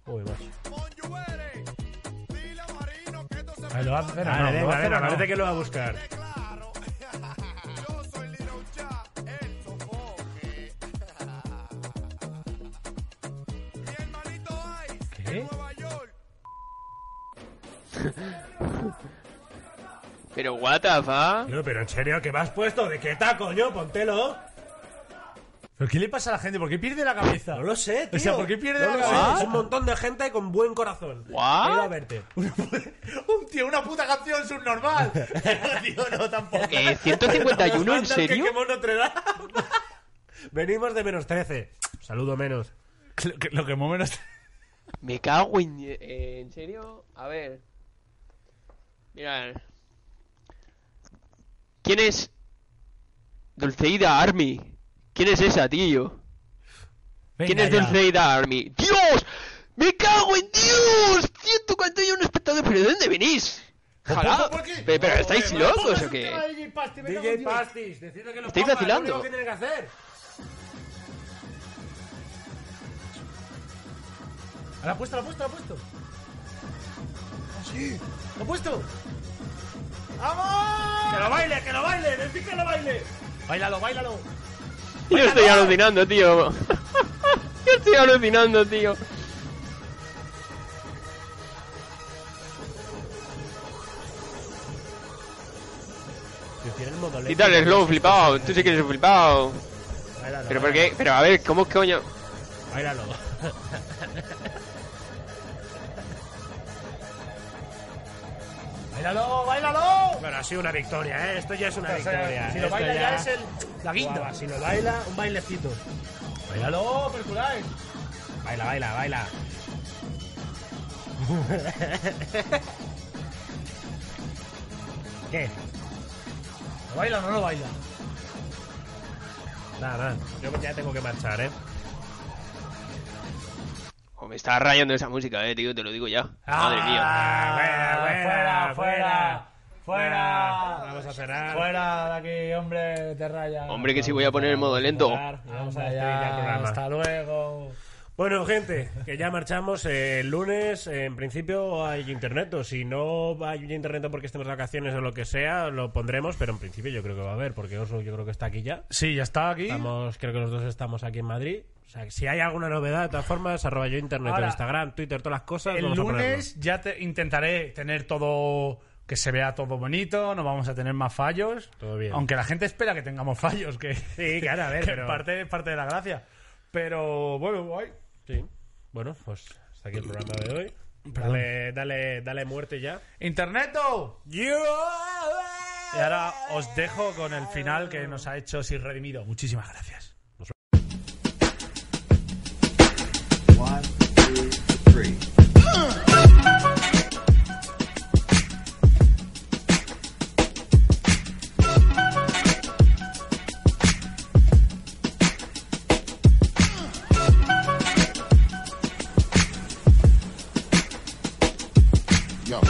Uy, macho.
Ahí lo hace,
Vale,
Ah, no, lo
venga,
hace,
venga,
no.
parece que lo va a buscar.
¿Qué?
Pero what the fuck?
Tío, pero en serio, ¿qué me has puesto? ¿De qué taco, coño? Póntelo.
¿Pero qué le pasa a la gente? ¿Por qué pierde la cabeza?
No lo sé, tío.
O sea, ¿por qué pierde
No
la
lo sé,
cabeza?
Es un montón de gente con buen corazón.
¿What?
He ido a verte.
Un tío, una puta canción subnormal. No, tío, no, tampoco.
Eh, 151, ¿en
Nos mandan que
serio?
quemó Notre Dame. Venimos de menos 13.
Saludo menos.
Lo que, lo que más o menos...
Me cago en... eh, ¿En serio? A ver. Mira. ¿Quién es
Dulceida Army. ¿Quién es esa, tío? ¿Quién es Dulceida Army? ¡Dios! ¡Me cago en Dios! Siento cuando hay un espectador, pero ¿de dónde venís? Jalá.
¿Por qué?
¿Pero, pero estáis
Joder,
locos
pongas
o
un
qué?
tema de DJ Pastis, venga,
DJ
con Dios.
Pastis, decidle que lo
¿Estáis
ponga, es lo
vacilando?
único que tiene que hacer.
¿La ha puesto, la ha puesto, la ha puesto? ¡Sí! ¡Lo ha puesto! ¡Vamos!
¡Que lo baile, que lo baile! ¡Decid que lo baile!
¡Bailalo, bailalo!
Yo estoy alucinando, tío. Yo estoy alucinando, tío.
Tiene el modo lento.
Quítale el slow flipado. Tú sí que eres un flipado.
Bailalo,
Pero por
bailalo.
qué? Pero a ver, ¿cómo coño?
Bailalo.
¡Bailalo, bailalo!
Bueno, ha sido una victoria, ¿eh? Esto ya es una
O sea,
victoria.
si lo
Esto
baila ya es el- la guinda.
Guau, si lo baila, un bailecito.
¡Bailalo, Perculais!
Baila, baila, baila.
¿Qué? ¿Lo baila o no lo baila?
Nada, nada. Yo ya tengo que marchar, ¿eh?
Oh, me está rayando esa música, eh, tío, te lo digo ya.
Ah,
Madre mía.
¡Fuera, fuera! ¡Fuera!
Vamos a cerrar.
¡Fuera de aquí, hombre! ¡Te raya!
Hombre, que si voy a poner el modo lento.
Vamos
Anda
a despedir ya el programa.
¡Hasta luego!
Bueno, gente, que ya marchamos eh, el lunes. eh, en principio hay internet, o si no hay internet porque estemos de vacaciones o lo que sea, lo pondremos, pero en principio yo creo que va a haber, porque Oslo yo creo que está aquí ya.
Sí, ya está aquí.
Estamos, creo que los dos estamos aquí en Madrid. O sea, que si hay alguna novedad, de todas formas, arroba yo internet,
Ahora,
en Instagram, Twitter, todas las cosas.
El
vamos a ponerlo.
lunes ya te- intentaré tener todo que se vea todo bonito, no vamos a tener más fallos.
Todo bien.
Aunque la gente espera que tengamos fallos, que,
Sí, claro, a ver,
que
pero-
parte, parte de la gracia. Pero bueno, guay.
Sí. Bueno, pues hasta aquí el programa de hoy.
Perdón.
Dale, dale, dale muerte ya.
¡Interneto!
Yo-
Y ahora os dejo con el final que nos ha hecho Sir Redimido. Muchísimas gracias.
One, two, three.
Yo.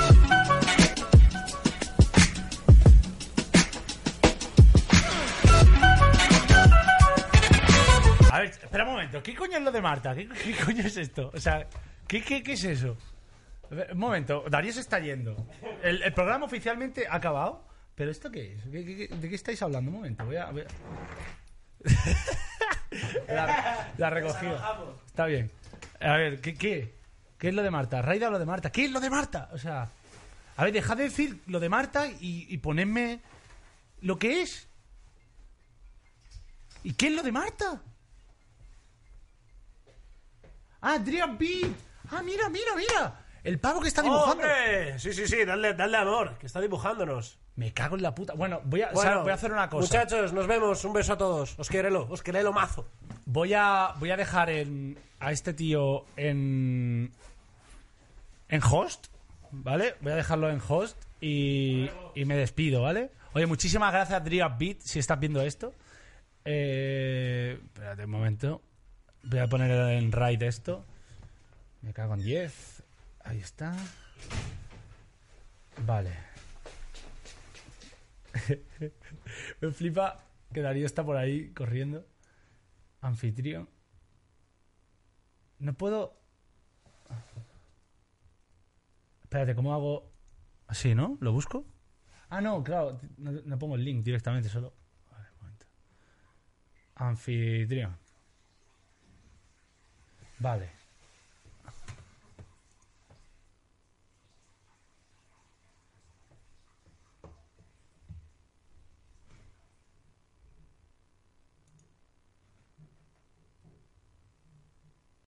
A ver, espera un momento. ¿Qué coño es lo de Marta? ¿Qué, qué coño es esto? O sea, ¿qué, qué, qué es eso? A ver, Un momento, Darío se está yendo. El, el programa oficialmente ha acabado, pero ¿esto qué es? ¿Qué- qué- qué- ¿De qué estáis hablando? Un momento, voy a... voy a- la, la recogida. Está bien. A ver, ¿qué, qué? ¿Qué es lo de Marta? Raida lo de Marta. ¿Qué es lo de Marta? O sea, a ver, dejad de decir lo de Marta y, y ponedme lo que es. ¿Y qué es lo de Marta? ¡Ah, Adrian B! ¡Ah, mira, mira, mira! El pavo que está dibujando.
¡Hombre! Sí, sí, sí, dale, dale amor, que está dibujándonos.
Me cago en la puta. Bueno, voy a, o sea,
Bueno,
voy a hacer una cosa.
Muchachos, nos vemos. Un beso a todos. Os querelo, os querelo mazo.
Voy a, voy a dejar en- a este tío en. en host, ¿vale? Voy a dejarlo en host y, y me despido, ¿vale? Oye, muchísimas gracias, Drive Beat, si estás viendo esto. Eh, espérate un momento. Voy a poner en raid esto. Me cago en 10. Ahí está. Vale. Me flipa que Darío está por ahí corriendo. Anfitrión. No puedo. Espérate, ¿cómo hago? Así, ¿no? ¿Lo busco? Ah, no, claro. t- No, no pongo el link directamente, solo. A ver, un momento. Anfitrión. Vale.